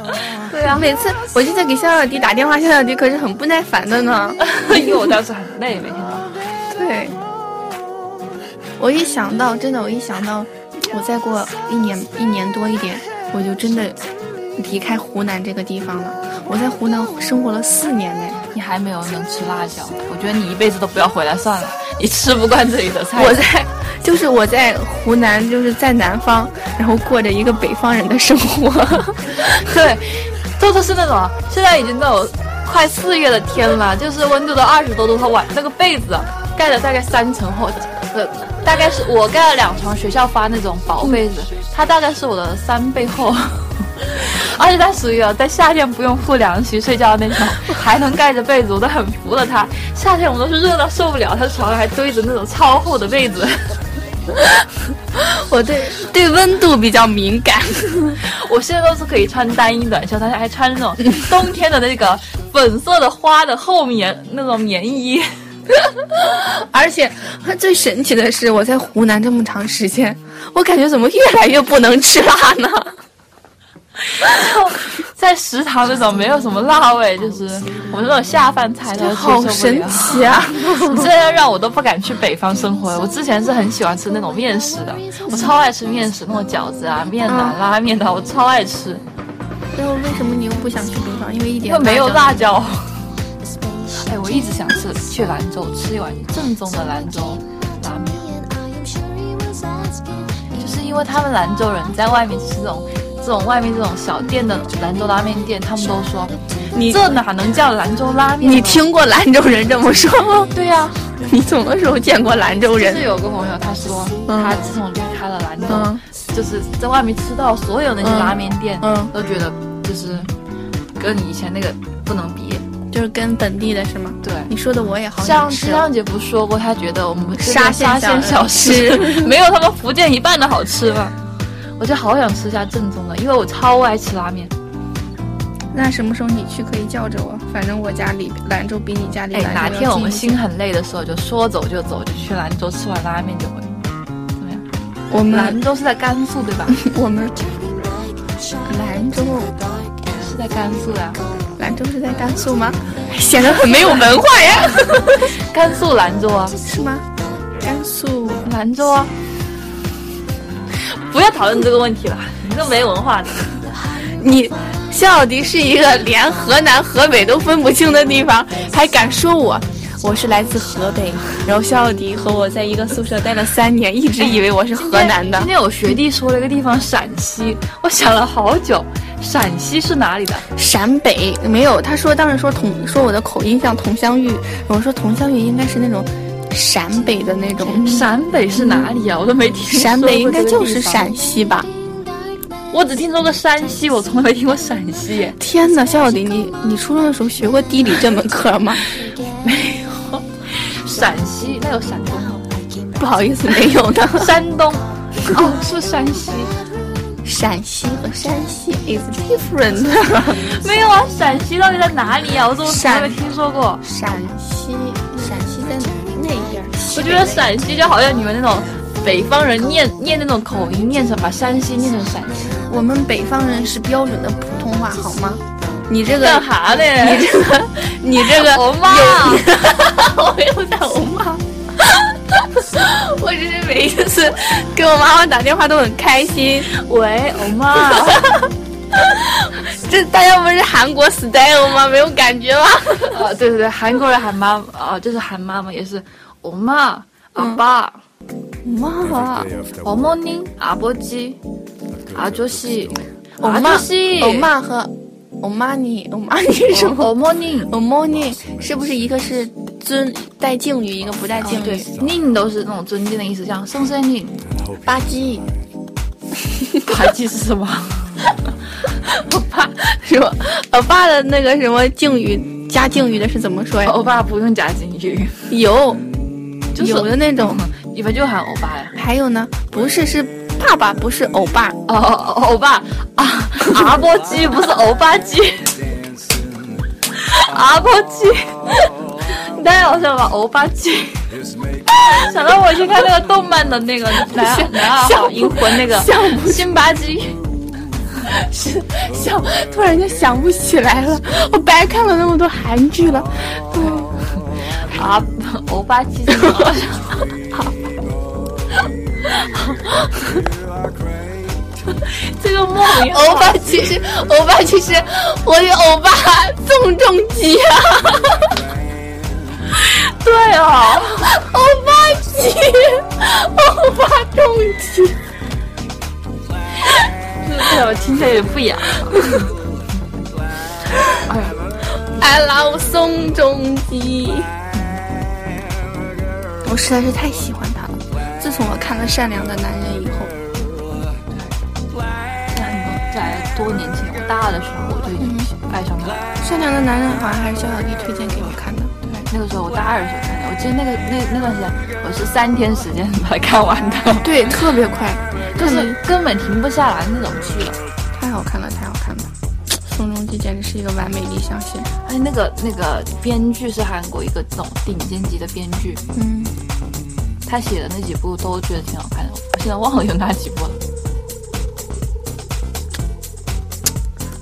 对啊，每次我记得给小小迪打电话，小小迪可是很不耐烦的呢。因为我当时很累，每天都对，我一想到，真的，我一想到，我再过一年一年多一点，我就真的离开湖南这个地方了。我在湖南生活了四年呢，你还没有能吃辣椒，我觉得你一辈子都不要回来算了，你吃不惯这里的菜。我在。哎 就是我在湖南，就是在南方，然后过着一个北方人的生活。 对，都都是那种，现在已经都有快四月的天了，就是温度都二十多度，它晚那个被子盖了大概三层厚，呃，大概是我盖了两床，学校发那种薄被子，它大概是我的三倍厚。而且它属于啊，在夏天不用负凉席睡觉的那种，还能盖着被子，我都很服了它。夏天我们都是热到受不了，它床上还堆着那种超厚的被子。我对对温度比较敏感。我现在都是可以穿单衣短袖，但是还穿那种冬天的那个粉色的花的厚棉那种棉衣。而且呃最神奇的是，我在湖南这么长时间，我感觉怎么越来越不能吃辣呢？在食堂那种没有什么辣味，就是我们这种下饭菜都好接受不神了。奇啊！ 你这要让我都不敢去北方生活了。我之前是很喜欢吃那种面食的，我超爱吃面食，那种饺子啊、面啊、拉面的，我超爱吃，然后为什么你又不想去北方？因为一因点为没有辣椒。辣椒。哎，我一直想吃去兰州吃一碗正宗的兰州拉面。就是因为他们兰州人在外面吃这种这种外面这种小店的兰州拉面店，他们都说你这哪能叫兰州拉面呢？啊你听过兰州人这么说吗？对呀、你什么时候见过兰州就是人？有个朋友他说，嗯他自从离开了兰州，嗯就是在外面吃到所有那些嗯拉面店，嗯，都觉得就是跟以前那个不能比。就是跟本地的是吗？对，你说的我也好想像吃西哦。浪姐不说过，她觉得我们这边沙县县小小吃 没有他们福建一半的好吃吗？我就好想吃一下正宗的，因为我超爱吃拉面。那什么时候你去可以叫着我，反正我家里兰州比你家里哎，兰州哪要天我们近一些心很累的时候，就说走就走，就去兰州吃碗拉面就回。怎么样？我们兰州是在甘肃对 吧？我们兰州是在甘肃呀、兰州是在甘肃吗？ 显得呃很没有文化呀， 甘肃兰州啊，是吗？甘肃兰州啊。 不要讨论这个问题了，你这没文化的。你肖小迪是一个连河南、河北都分不清的地方，还敢说我？我是来自河北，然后肖小迪和我在一个宿舍待了三年，一直以为我是河南的今。天我学弟说了一个地方陕西，我想了好久，陕西是哪里的？陕北没有，他说当时说同说我的口音像佟湘玉，我说佟湘玉应该是那种陕北的那种，陕北是哪里啊？我都没听嗯说过陕北应该就是这个地陕西吧？方，我只听说过山西，我从来没听过陕西耶。天哪，肖小迪，你你初中的时候学过地理这门课吗？陕西那有山东吗？不好意思，没有呢。山东哦，是山 西，陕西和山西 is different。没有啊？陕西到底在哪里啊？我怎么从来没听说过？陕西，陕西在那边儿。我觉得陕西就好像你们那种北方人念念那种口音，念成把山西念成陕西，我们北方人是标准的普通话，好吗？你这个，干哈呢？你这 个，你这个，我妈， 我没有在我妈。 我只是每一次给我妈妈打电话都很开心。喂，我 妈，这大家不是韩国 style 吗？没有感觉吗？啊，对对对，韩国人喊妈妈啊，就是喊妈妈也是我妈、嗯阿爸、妈，我母尼、阿伯基、阿卓西、我阿妈卓西、， 我妈和我妈你，我妈你是什么？我母尼，我摸你是不是一个是尊带敬语，一个不带敬语？对，宁都是那种尊敬的意思，像圣圣宁。吧唧扒鸡是什么？是吧？我爸的那个什么敬语加敬语的是怎么说呀？欧巴不用夹金鱼，有，就是有的那种。一般就喊欧巴呀。还有呢，不是是爸爸，不是欧巴，哦哦，哦欧巴啊，阿波鸡不是欧巴鸡，阿波鸡，你太好笑了吧，欧巴鸡。 想到我去看那个动漫的那个南南二号银魂那个辛巴基，想突然就想不起来了，我白看了那么多韩剧了。啊，欧巴 鸡真的好笑。这个莫 名欧巴其实，欧巴其实，我的欧巴宋仲基 啊，对啊哦。欧巴基，欧巴仲基。对，我听起来有点不雅。 I love 宋仲基。我实在是太喜欢他了。自从我看了《善良的男人》以后，在很多在多年前，我大二的时候我就已经爱上他了。 《善良的男人》好像还是小小弟推荐给我看的。对，那个时候我大二的时候看的，我记得那个那那段时间我是三天时间把它看完的，对，特别快， 就是根本停不下来那种剧了。太好看了，太好看了。宋仲基简直是一个完美理想型。而哎且那个那个编剧是韩国一个这种顶尖级的编剧，嗯，他写的那几部都觉得挺好看的。我现在忘了有哪几部 了。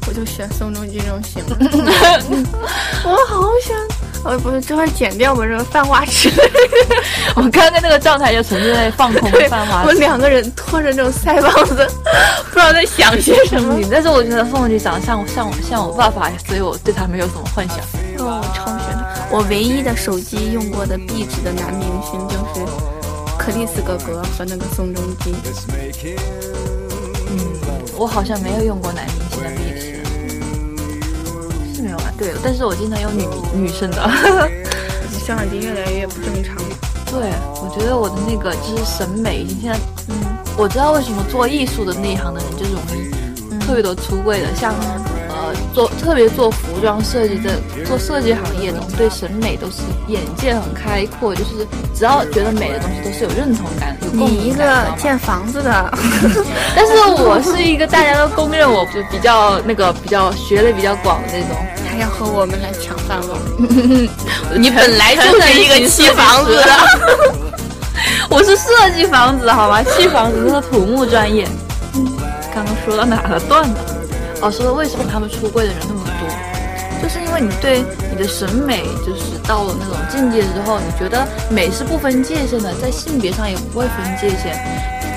我就选宋仲基这种型。我好想，呃、不是，这块儿剪掉吧，这个犯花痴。我刚刚那个状态就纯粹在放 空对，泛花我。两个人拖着这种腮帮子，不知道在想些什么。你但是我觉得宋仲基长得像我像我像我爸爸，所以我对他没有什么幻想。哦，我超喜欢他。我唯一的手机用过的壁纸的男明星就是克里斯哥哥和那个宋仲基。我好像没有用过男明星的壁纸，是没有啊。对，但是我经常用女女生的。 你相已经越来越不正常了。对，我觉得我的那个就是审美已经现在，嗯，我知道为什么做艺术的那一行的人就容易嗯特别多出柜的，像呃做特别做服装设计的、做设计行业的，对审美都是眼界很开阔，就是只要觉得美的东西都是有认同感、有共你一个鸣感。知道吗建房子的， 但是我是一个大家都公认我就比较那个比较学类比较广的那种，还要和我们来抢饭碗？ 你本来就是一个砌房子啊的， 我是设计房子的好吗？砌房子是土木专业。嗯刚刚说到哪了？断了。哦，说到为什么他们出柜的人那么多，就是因为你对你的审美就是到了那种境界之后，你觉得美是不分界限的，在性别上也不会分界限。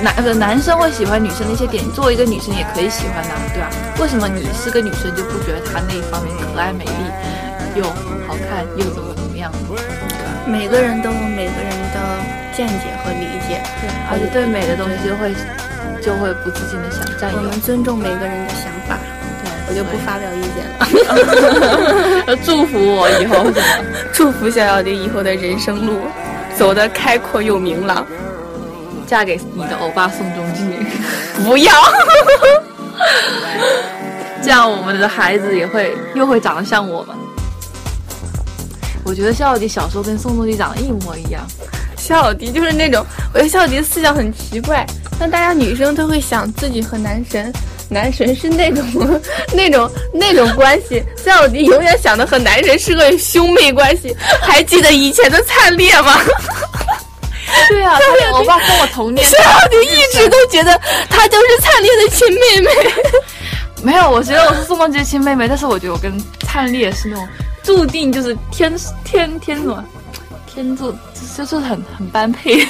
男呃男生会喜欢女生的一些点，你作为一个女生也可以喜欢呐、对吧？为什么你是个女生就不觉得她那一方面可爱、美丽，又好看，又怎么怎么样？每个人都有每个人的见解和理解，对，而且对美的东西就会就会不自禁的想占我有。们尊重每个人的想法，嗯对，我就不发表意见了。发 祝福我以后 是吧 祝福小小的以后的人生路走得开阔又明朗。嫁给你的欧巴宋 仲基，不要，这样我们的孩子也会又会长得像我们。我觉得孝孝迪小时候跟宋仲基长得一模一样，小小迪就是那种，我觉得小小迪的思想很奇怪，但大家女生都会想自己和男神。男神是那种 那种那种关系，小小迪永远想的和男神是个兄妹关系。还记得以前的灿烈吗？ 对啊，他的欧巴跟我童年小小迪一直都觉得她就是灿烈的亲妹妹。没有，我觉得我是宋仲基的亲妹妹，但是我觉得我跟灿烈是那种注定就是天天天什么天作，就是很很般配。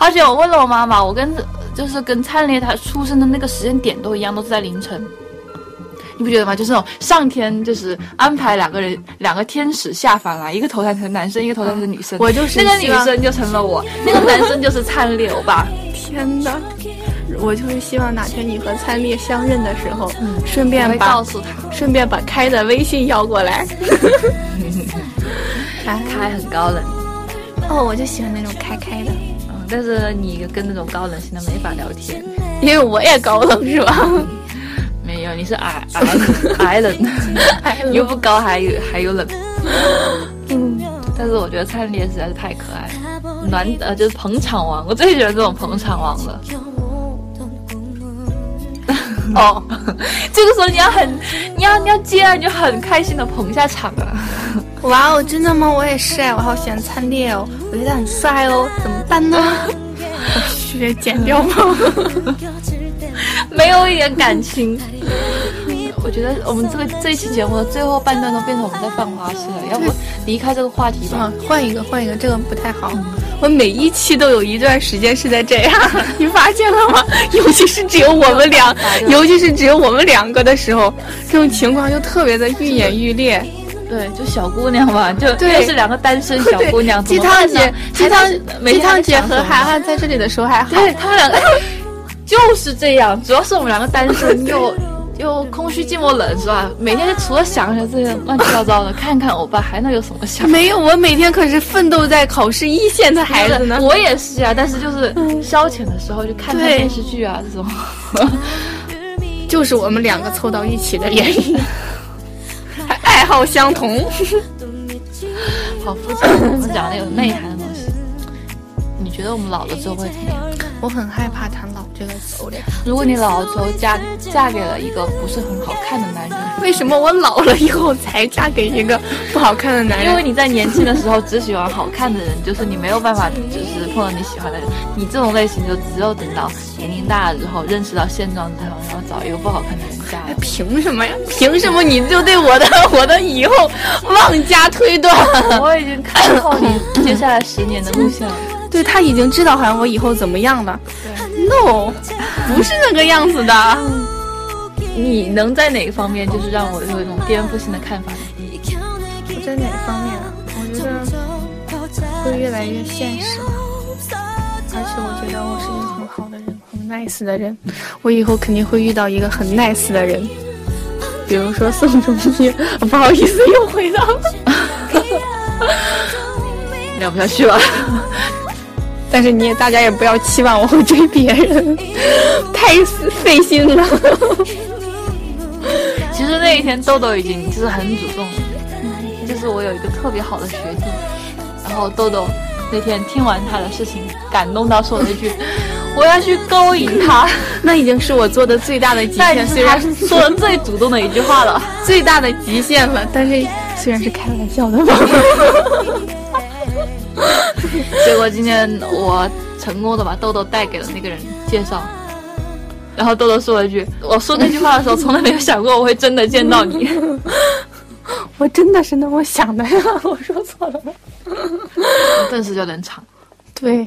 而且我问了我妈妈，我跟就是跟灿烈他出生的那个时间点都一样，都是在凌晨。你不觉得吗？就是那种上天就是安排两个人，两个天使下凡来，一个投胎成男生，一个投胎成女生。我就是那个女希望生就成了我，那个男生就是灿烈，欧巴。天哪！我就是希望哪天你和灿烈相认的时候，顺 我便会把告诉他，顺便把开的微信要过来。开开很高冷。哦，我就喜欢那种开开的，嗯，但是你跟那种高冷型的没法聊天。因为我也高冷是吧？没有，你是 矮矮矮冷，矮冷又不高，还有还有冷。但是我觉得灿烈实在是太可爱了，暖呃就是捧场王，我最喜欢这种捧场王了。 哦，这个时候你要很，你要你要接啊，你就很开心的捧一下场啊。哇哦，真的吗？我也是哎，我好喜欢灿烈哦，我觉得很帅哦，怎么办 呢？我去剪掉吧。没有一点感情。我觉得我们这个这一期节目的最后半段都变成我们在犯花痴了，要不离开这个话题吧啊？，换一个，换一个，这个不太好。嗯我每一期都有一段时间是在这 样，你发现了吗？尤其是只有我们 俩，尤其是只有我们两个的时候，这种情况就特别的愈演愈烈。对，就小姑娘 嘛，就对又是两个单身小姑娘，鸡怎么汤办呢姐，鸡汤鸡汤姐和哎还涵涵在这里的时候还好，对他们两个哎就是这样，主要是我们两个单身又。又空虚寂寞冷是吧？每天除了想想这些乱七八糟的，看看欧巴还能有什么想？没有，我每天可是奋斗在考试一线的孩子呢。嗯我也是啊，但是就是消遣的时候就看看对电视剧啊这种。 就是我们两个凑到一起的原 因，还爱好相 同。好肤浅，我们讲的有内涵的东西。你觉得我们老了之后会怎么样？我很害怕谈“老”这个词，如果你老了之后嫁嫁给了一个不是很好看的男人，为什么我老了以后才嫁给一个不好看的男因为人？你在年轻的时候只喜欢好看的人，就是你没有办法，就是碰到你喜欢的人。你这种类型就只有等到年龄大了之后，认识到现状之后，然后找一个不好看的人嫁了。凭什么呀？凭什么你就对我的 我的以后妄加推断？ 我已经看透你接下来十年的路线了。 对他已经知道好像我以后怎么样了。No，不是那个样子的。你能在哪个方面，就是让我有一种颠覆性的看法？我在哪方面啊？我觉得会越来越现实，而且我觉得我是一个很好的人，很 nice 的人，我以后肯定会遇到一个很 nice 的人，比如说宋仲基。 不好意思，又回到了，聊不下去了。 但是你也大家也不要期望我会追别人，太费心了。 其实那一天豆豆已经就是很主动，就是我有一个特别好的学弟，然后豆豆那天听完他的事情，感动到说了 一句：“我要去勾引他。那已经是我做的最大的极”那限，就虽是他然说的最主动的一句话了。 最大的极限了，但是虽然是开玩笑的吧。结果今天我成功的把豆豆带给了那个人介绍，然后豆豆说了一句：“我说那句话的时候，从来没有想过我会真的见到你。 我真的是那么想的呀，我说错了吗？”顿时就冷场。 对，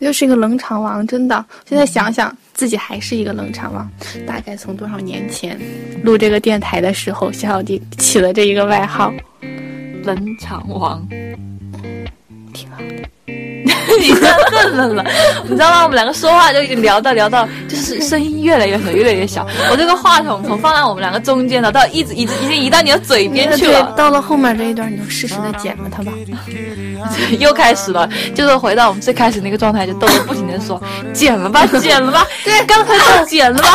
我就是一个冷场王，真的。现在想想自己还是一个冷场王，大概从多少年前录这个电台的时候，小小弟起了这一个外号，冷场王，挺好。 你这样更冷了，你知道吗？我们两个说话就已经聊到聊到，就是声音越来越小，越来越小。我这个话筒从放在我们两个中间的，到一直一直已经移到你的嘴边去对了，，到了后面这一段，你就适时的剪了它吧。 又开始了，就是回到我们最开始那个状态，就豆豆不停的说：“剪了吧，剪了吧，对，刚才就剪 了吧。”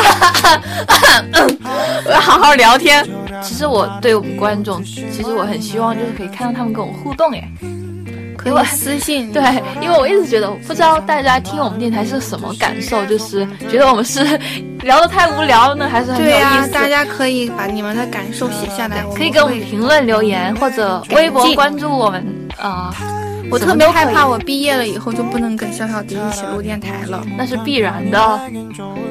好好聊天，其实我对我们观众，其实我很希望就是可以看到他们跟我们互动耶。可以私信。对，因为我一直觉得，不知道大家听我们电台是什么感受，就是觉得我们是 聊得太无聊呢，还是很有对呀、意思。大家可以把你们的感受写下来，可以给跟我们评论留言，或者微博关注我们啊、我什么特别都害可以怕，我毕业了以后就不能跟小小弟一起录电台了。那是必然的。哦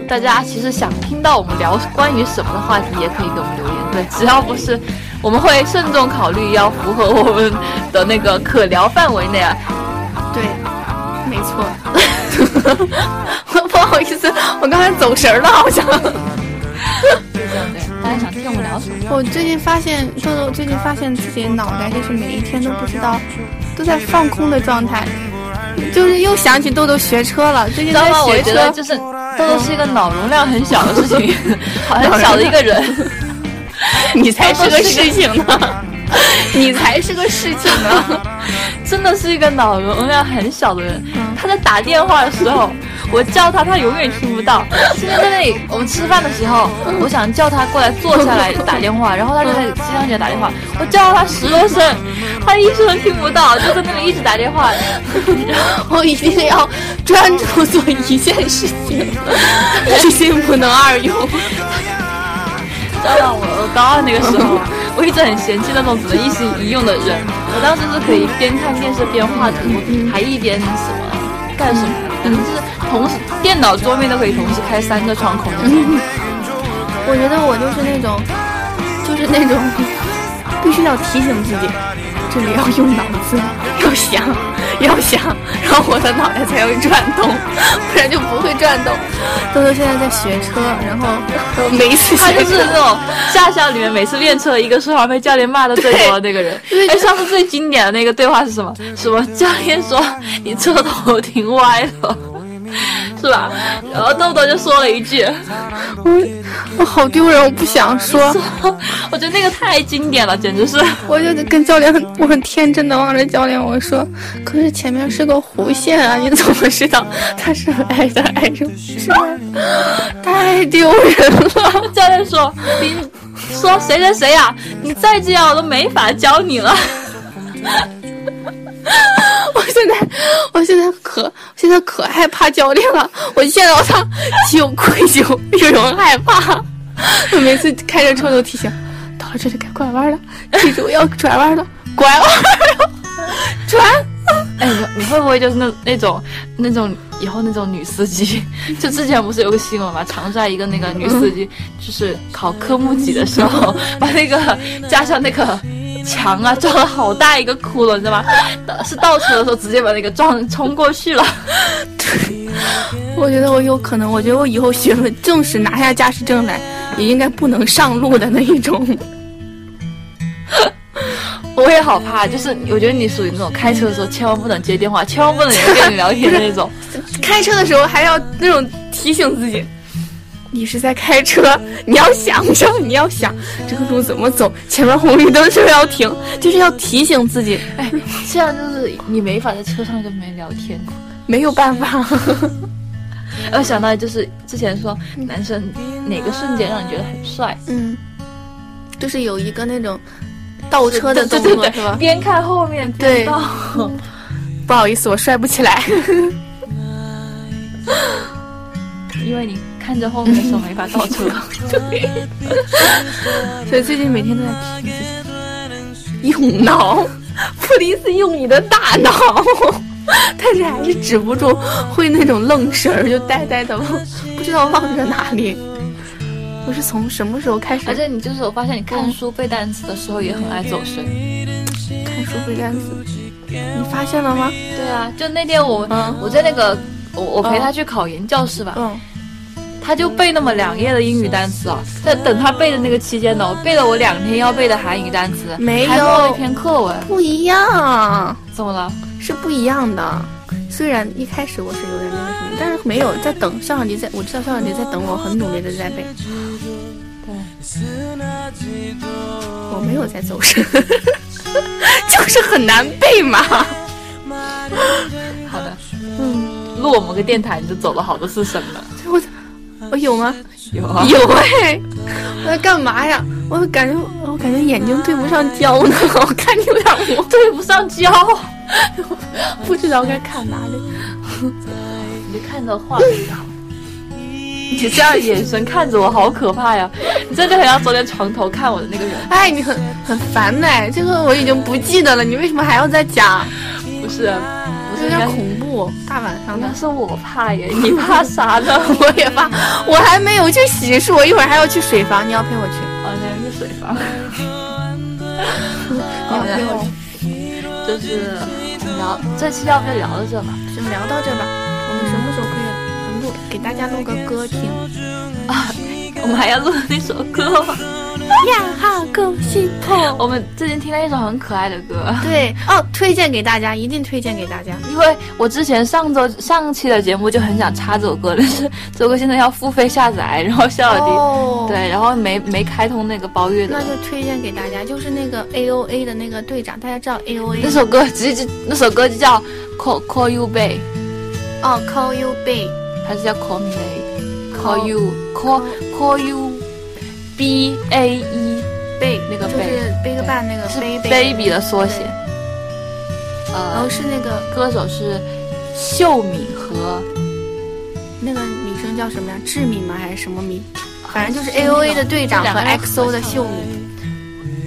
大家其实想听到我们聊关于什么的话题，也可以给我们留言。对，只要不是，我们会慎重考虑，要符合我们的那个可聊范围内啊。 对，啊没错。不好意思，我刚才走神儿了，好像。对对，大家想听我们聊什么？ 我最近发现，豆豆最近发现自己脑袋就是每一天都不知道，都在放空的状态，就是又想起豆豆学车了。最近知道在吗？我学觉得车，就是豆豆是一个脑容量很小的 事情，很小的一个 人。你才豆豆是个情 呢，你才是个事情呢。真的是一个脑容量很小的人。嗯他在打电话的时候，我叫他，他永远听不到。现在在那里，我们吃饭的时候，我想叫他过来坐下来打电话，然后他就开始接上起来打电话。我叫了他十多声，他一声听不到，就在那里一直打电话。我一定要专注做一件事情，一心不能二用。知道吗？我我高二那个时候，啊我一直很嫌弃那种只能一心一用的人。我当时是可以边看电视边画图，还一边什么干什么，嗯，就是同时电脑桌面都可以同时开三个窗口那种。我觉得我就是那种，就是那种必须要提醒自己，这里要用脑子，要想，要想，然后我的脑袋才会转动，不然就不会转动。豆豆现在在学车，然后我 每一次他学就是车那种驾校里面每次练车，一个说话被教练骂的最多的那个人。哎，上次最经典的那个对话是什么？什么教练说你车头停歪了， 是吧？然后豆豆就说了一句， 我好丢人，我不想说，我觉得那个太经典了，简直是。我就跟教练，我很天真的望着教练，我说，可是前面是个弧线啊，你怎么知道它是挨着挨着？是吧？ 太丢人了。 教练说：“你说谁谁谁呀、你再这样我都没法教你 了。我现在，我现在可，我现在可害怕教练了。我见到他既有愧疚，又有害怕。我每次开着车都提醒，到了这里该拐弯了，记住要转弯了，拐弯 了，转。”哎，你你会不会就是那那种那种以后那种女司机？ 就之前不是有个新闻嘛，长沙一个那个女司机，就是考科目几的时候， 把那个加上那个。墙啊，撞了好大一个窟窿，你知道吗？是倒车的时候直接把那个撞冲过去了。我觉得我有可能，我觉得我以后学了正式拿下驾驶证来，也应该不能上路的那一种。我也好怕，就是我觉得你属于那种开车的时候千万不能接电话，千万不能有人跟你聊天的那种。开车的时候还要那种提醒自己，你是在开车，你要想着，你要想这个路怎么走，前面红绿灯是不是要停，就是要提醒自己，这样就是你没法在车上跟别人聊天。没有办法。 我想到就是之前说男生哪个瞬间让你觉得很帅，嗯，就是有一个那种倒车的对动对作对是吧？边看后面对边倒。不好意思，我帅不起来。 因为你看着后面的时候没法倒车。 所以最近每天都在提醒自己，用脑，普利斯用你的大脑， 但是还是止不住会那种愣神儿，就呆呆的望，不知道望着哪里。我是从什么时候开始而且你就是我发现你看书背单词的时候也很爱走神。看书背单词？你发现了吗？对啊，就那天我、嗯我在那个我我陪嗯他去考研教室吧，嗯，他就背那么两页的英语单词啊，在等他背的那个期间呢，我背了我两天要背的韩语单词，没有还默了一篇课文，不一样。怎么了？是不一样的。虽然一开始我是有点那个什么，但是没有在等肖小迪在，我知道肖小迪在等我，很努力的在背。对，我没有在走神， 就是很难背嘛。好的，嗯，录我们个电台你就走了好多次神了，我我哦有吗？有啊，有哎！我在干嘛呀？我感觉我感觉眼睛对不上焦呢， 我看你有点模糊，对不上焦，啊不知道该看哪里。你就看着画面就好。你这样眼神看着我，好可怕呀！你真的很像昨天床头看我的那个人。哎，你很很烦哎，这个我已经不记得了，你为什么还要再讲？不是，啊不有是点人家恐怖，啊大晚上的那。是我怕耶，你怕啥 呢？我也怕，我还没有去洗漱，我一会儿还要去水房，你要陪我去。哦，那个水房。你要好哦陪我的，就是聊这期要不要聊到这吧？去。就聊到这吧，我们什么时候可以录给大家录个歌听？ 我们还要录那首 歌吗？呀哈，更心痛。我们最近听了一首很可爱的歌， 对哦，推荐给大家，一定推荐给大家。因为我之前上周上期的节目就很想插这首歌， 但是这首歌现在要付费下载，然后笑小迪、哦，对，然后没没开通那个包月那。的就推荐给大家，就是那个 A O A 的那个队长，大家知道 A O A 那首歌直接那首歌就叫 Call Call You Babe，哦，Call You Babe，还是叫 Call Me Babe？Call You Call Call You B A E Babe 那个就是 Big Bang 那个是 Baby， Baby 的缩写对。然呃后，是那个歌手是秀敏和那个女生叫什么呀？志敏吗？还是什么敏？反正就是是 A O A 的队长啊这和两个人 XO 的合唱秀敏。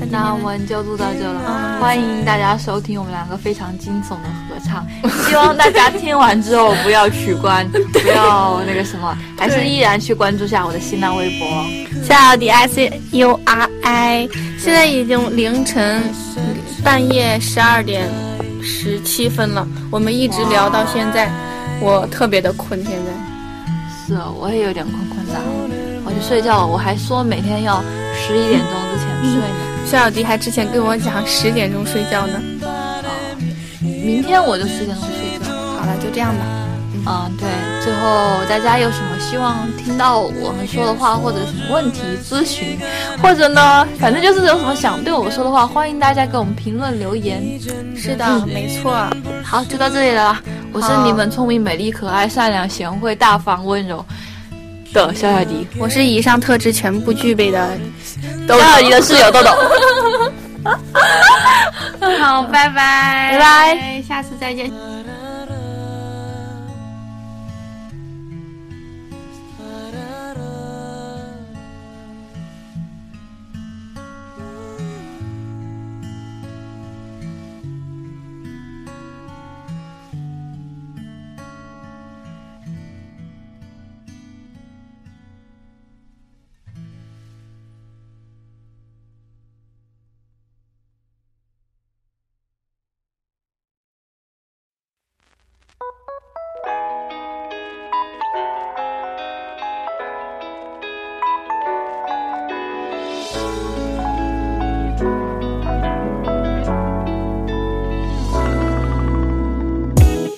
那我们就录到这了，嗯欢迎大家收听我们两个非常惊悚的合 唱。希望大家听完之后不要取关，不要那个什么，还是对依然去关注下我的新浪微博哦。下 D I C U R I，现在已经凌晨半夜十二点十七分了，我们一直聊到现在，我特别的困，现在是哦，我也有点困困的，啊我去睡觉了。我还说每天要十一点钟之前睡呢。夏小迪还之前跟我讲十点钟睡觉呢。哦，明天我就十点钟睡觉。好了，就这样吧，嗯，对，最后大家有什么希望听到我们说的话，或者有什么问题咨询，或者呢，反正就是有什么想对我说的话，欢迎大家给我们评论留言。是的，没错，好，就到这里了啦，我是好你们聪明、美丽、可爱、善良、贤惠、大方、温柔的小小迪，我是以上特质全部具备的豆小豆。小迪的室友豆豆。好，拜拜，拜拜，下次再见。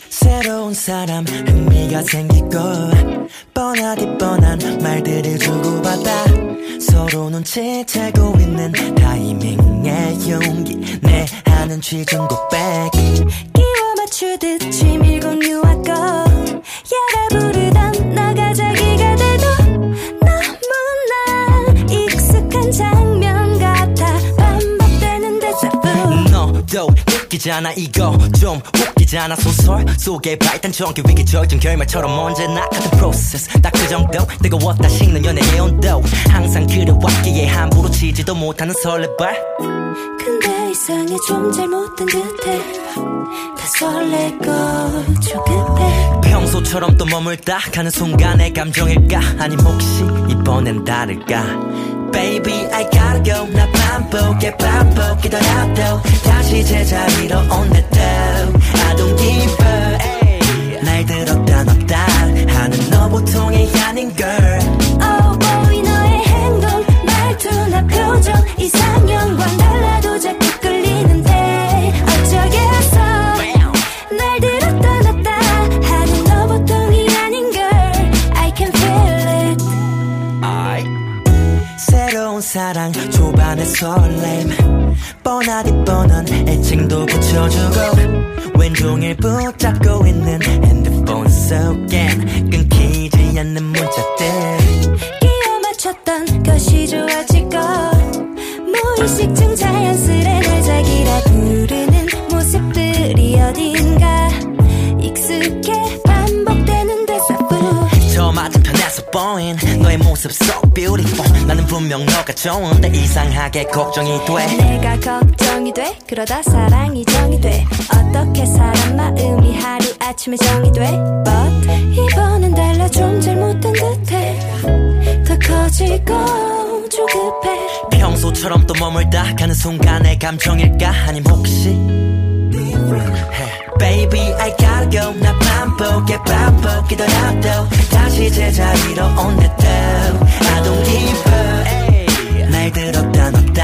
새로운 사람 흥미가 생기고 뻔한 뻔한 뒷뻔한 말들을 주고받아 서로 눈치채고 있는 타이밍에 용기 내 하는 취중 고백 끼워 맞추듯 취밀고 유아꺼 얘가 부르던 너가 자기가 돼도 너무나 익숙한 장면 같아 반복되는 대사뿐 너도 웃기잖아 이거 좀 웃기잖아 소설 속에 발단정기 위기 절정 결말처럼 언제나 같은 프로세스 딱 그 정도 뜨거웠다 식는 연애의 온도 항상 그려왔기에 함부로 치지도 못하는 설레발 근데 이상해 좀 잘못된 듯해 다 설레고 조급해 평소처럼 또 머물다 가는 순간의 감정일까 아님 혹시 이번엔 다를까 Baby I gotta go 나 반복해 반복 기다려도 다시 제자리로 온내도 I don't give a hey. 날 들었다 놨다 하는 너 보통이 아닌 girl Oh boy 너의 행동 말투나 표정 이상형과 달라도 자꾸 끌리는데 어쩌겠어 날 들었다 놨다 하는 너 보통이 아닌 걸 I can feel it I 새로운 사랑 초반의 설렘 뻔하디 뻔한 애칭도 붙여주고 왼종일 붙잡고 있는 핸드폰 속엔 끊기지 않는 문자들 끼워 맞췄던 것이 좋아지고 무의식중 자연스레 날 자기라 부르는 모습들이 어딘가 익숙해 반복되는 대사뿐 저 맞은편에서 보인 너의 모습 so beautiful 나는 분명 너가 좋은데 이상하게 걱정이 돼 내가 걱정이 돼 그러다 사랑이 정이 돼 어떻게 사람 마음이 하루 아침에 정이 돼 But 이번엔 달라 좀 잘못된 듯해 더 커지고 조급해 평소처럼 또 머물다 가는 순간의 감정일까 아님 혹시 Baby I gotta go 나 반복해 반복 기다려도 다시 제자리로 온대도 I don't give up 날 들었다 놨다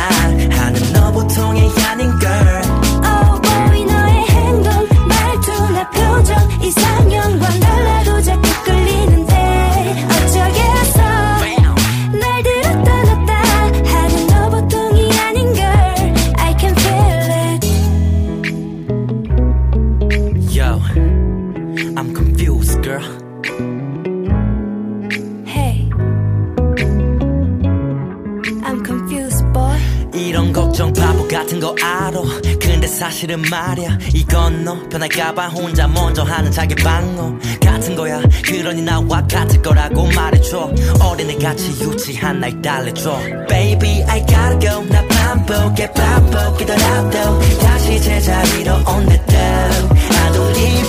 하는 너 보통이 아닌 girl Oh boy 너의 행동 말투나 표정 이상형과 달라도 자꾸 끌리는데 어쩌겠어 날 들었다 놨다 하는 너 보통이 아닌 걸 I can feel it Yo I'm confused girl Hey I'm confused boy 이런 걱정 바보 같은 거 알아 근데 사실은 말이야 이건 너 변할까봐 혼자 먼저 하는 자기 방어 같은 거야 그러니 나와 같을 거라고 말해줘 어린애같이 유치한 날 달래줘 Baby I gotta go 나 반복해 반복 기다려도 다시 제자리로 온대도 I don't give Oh,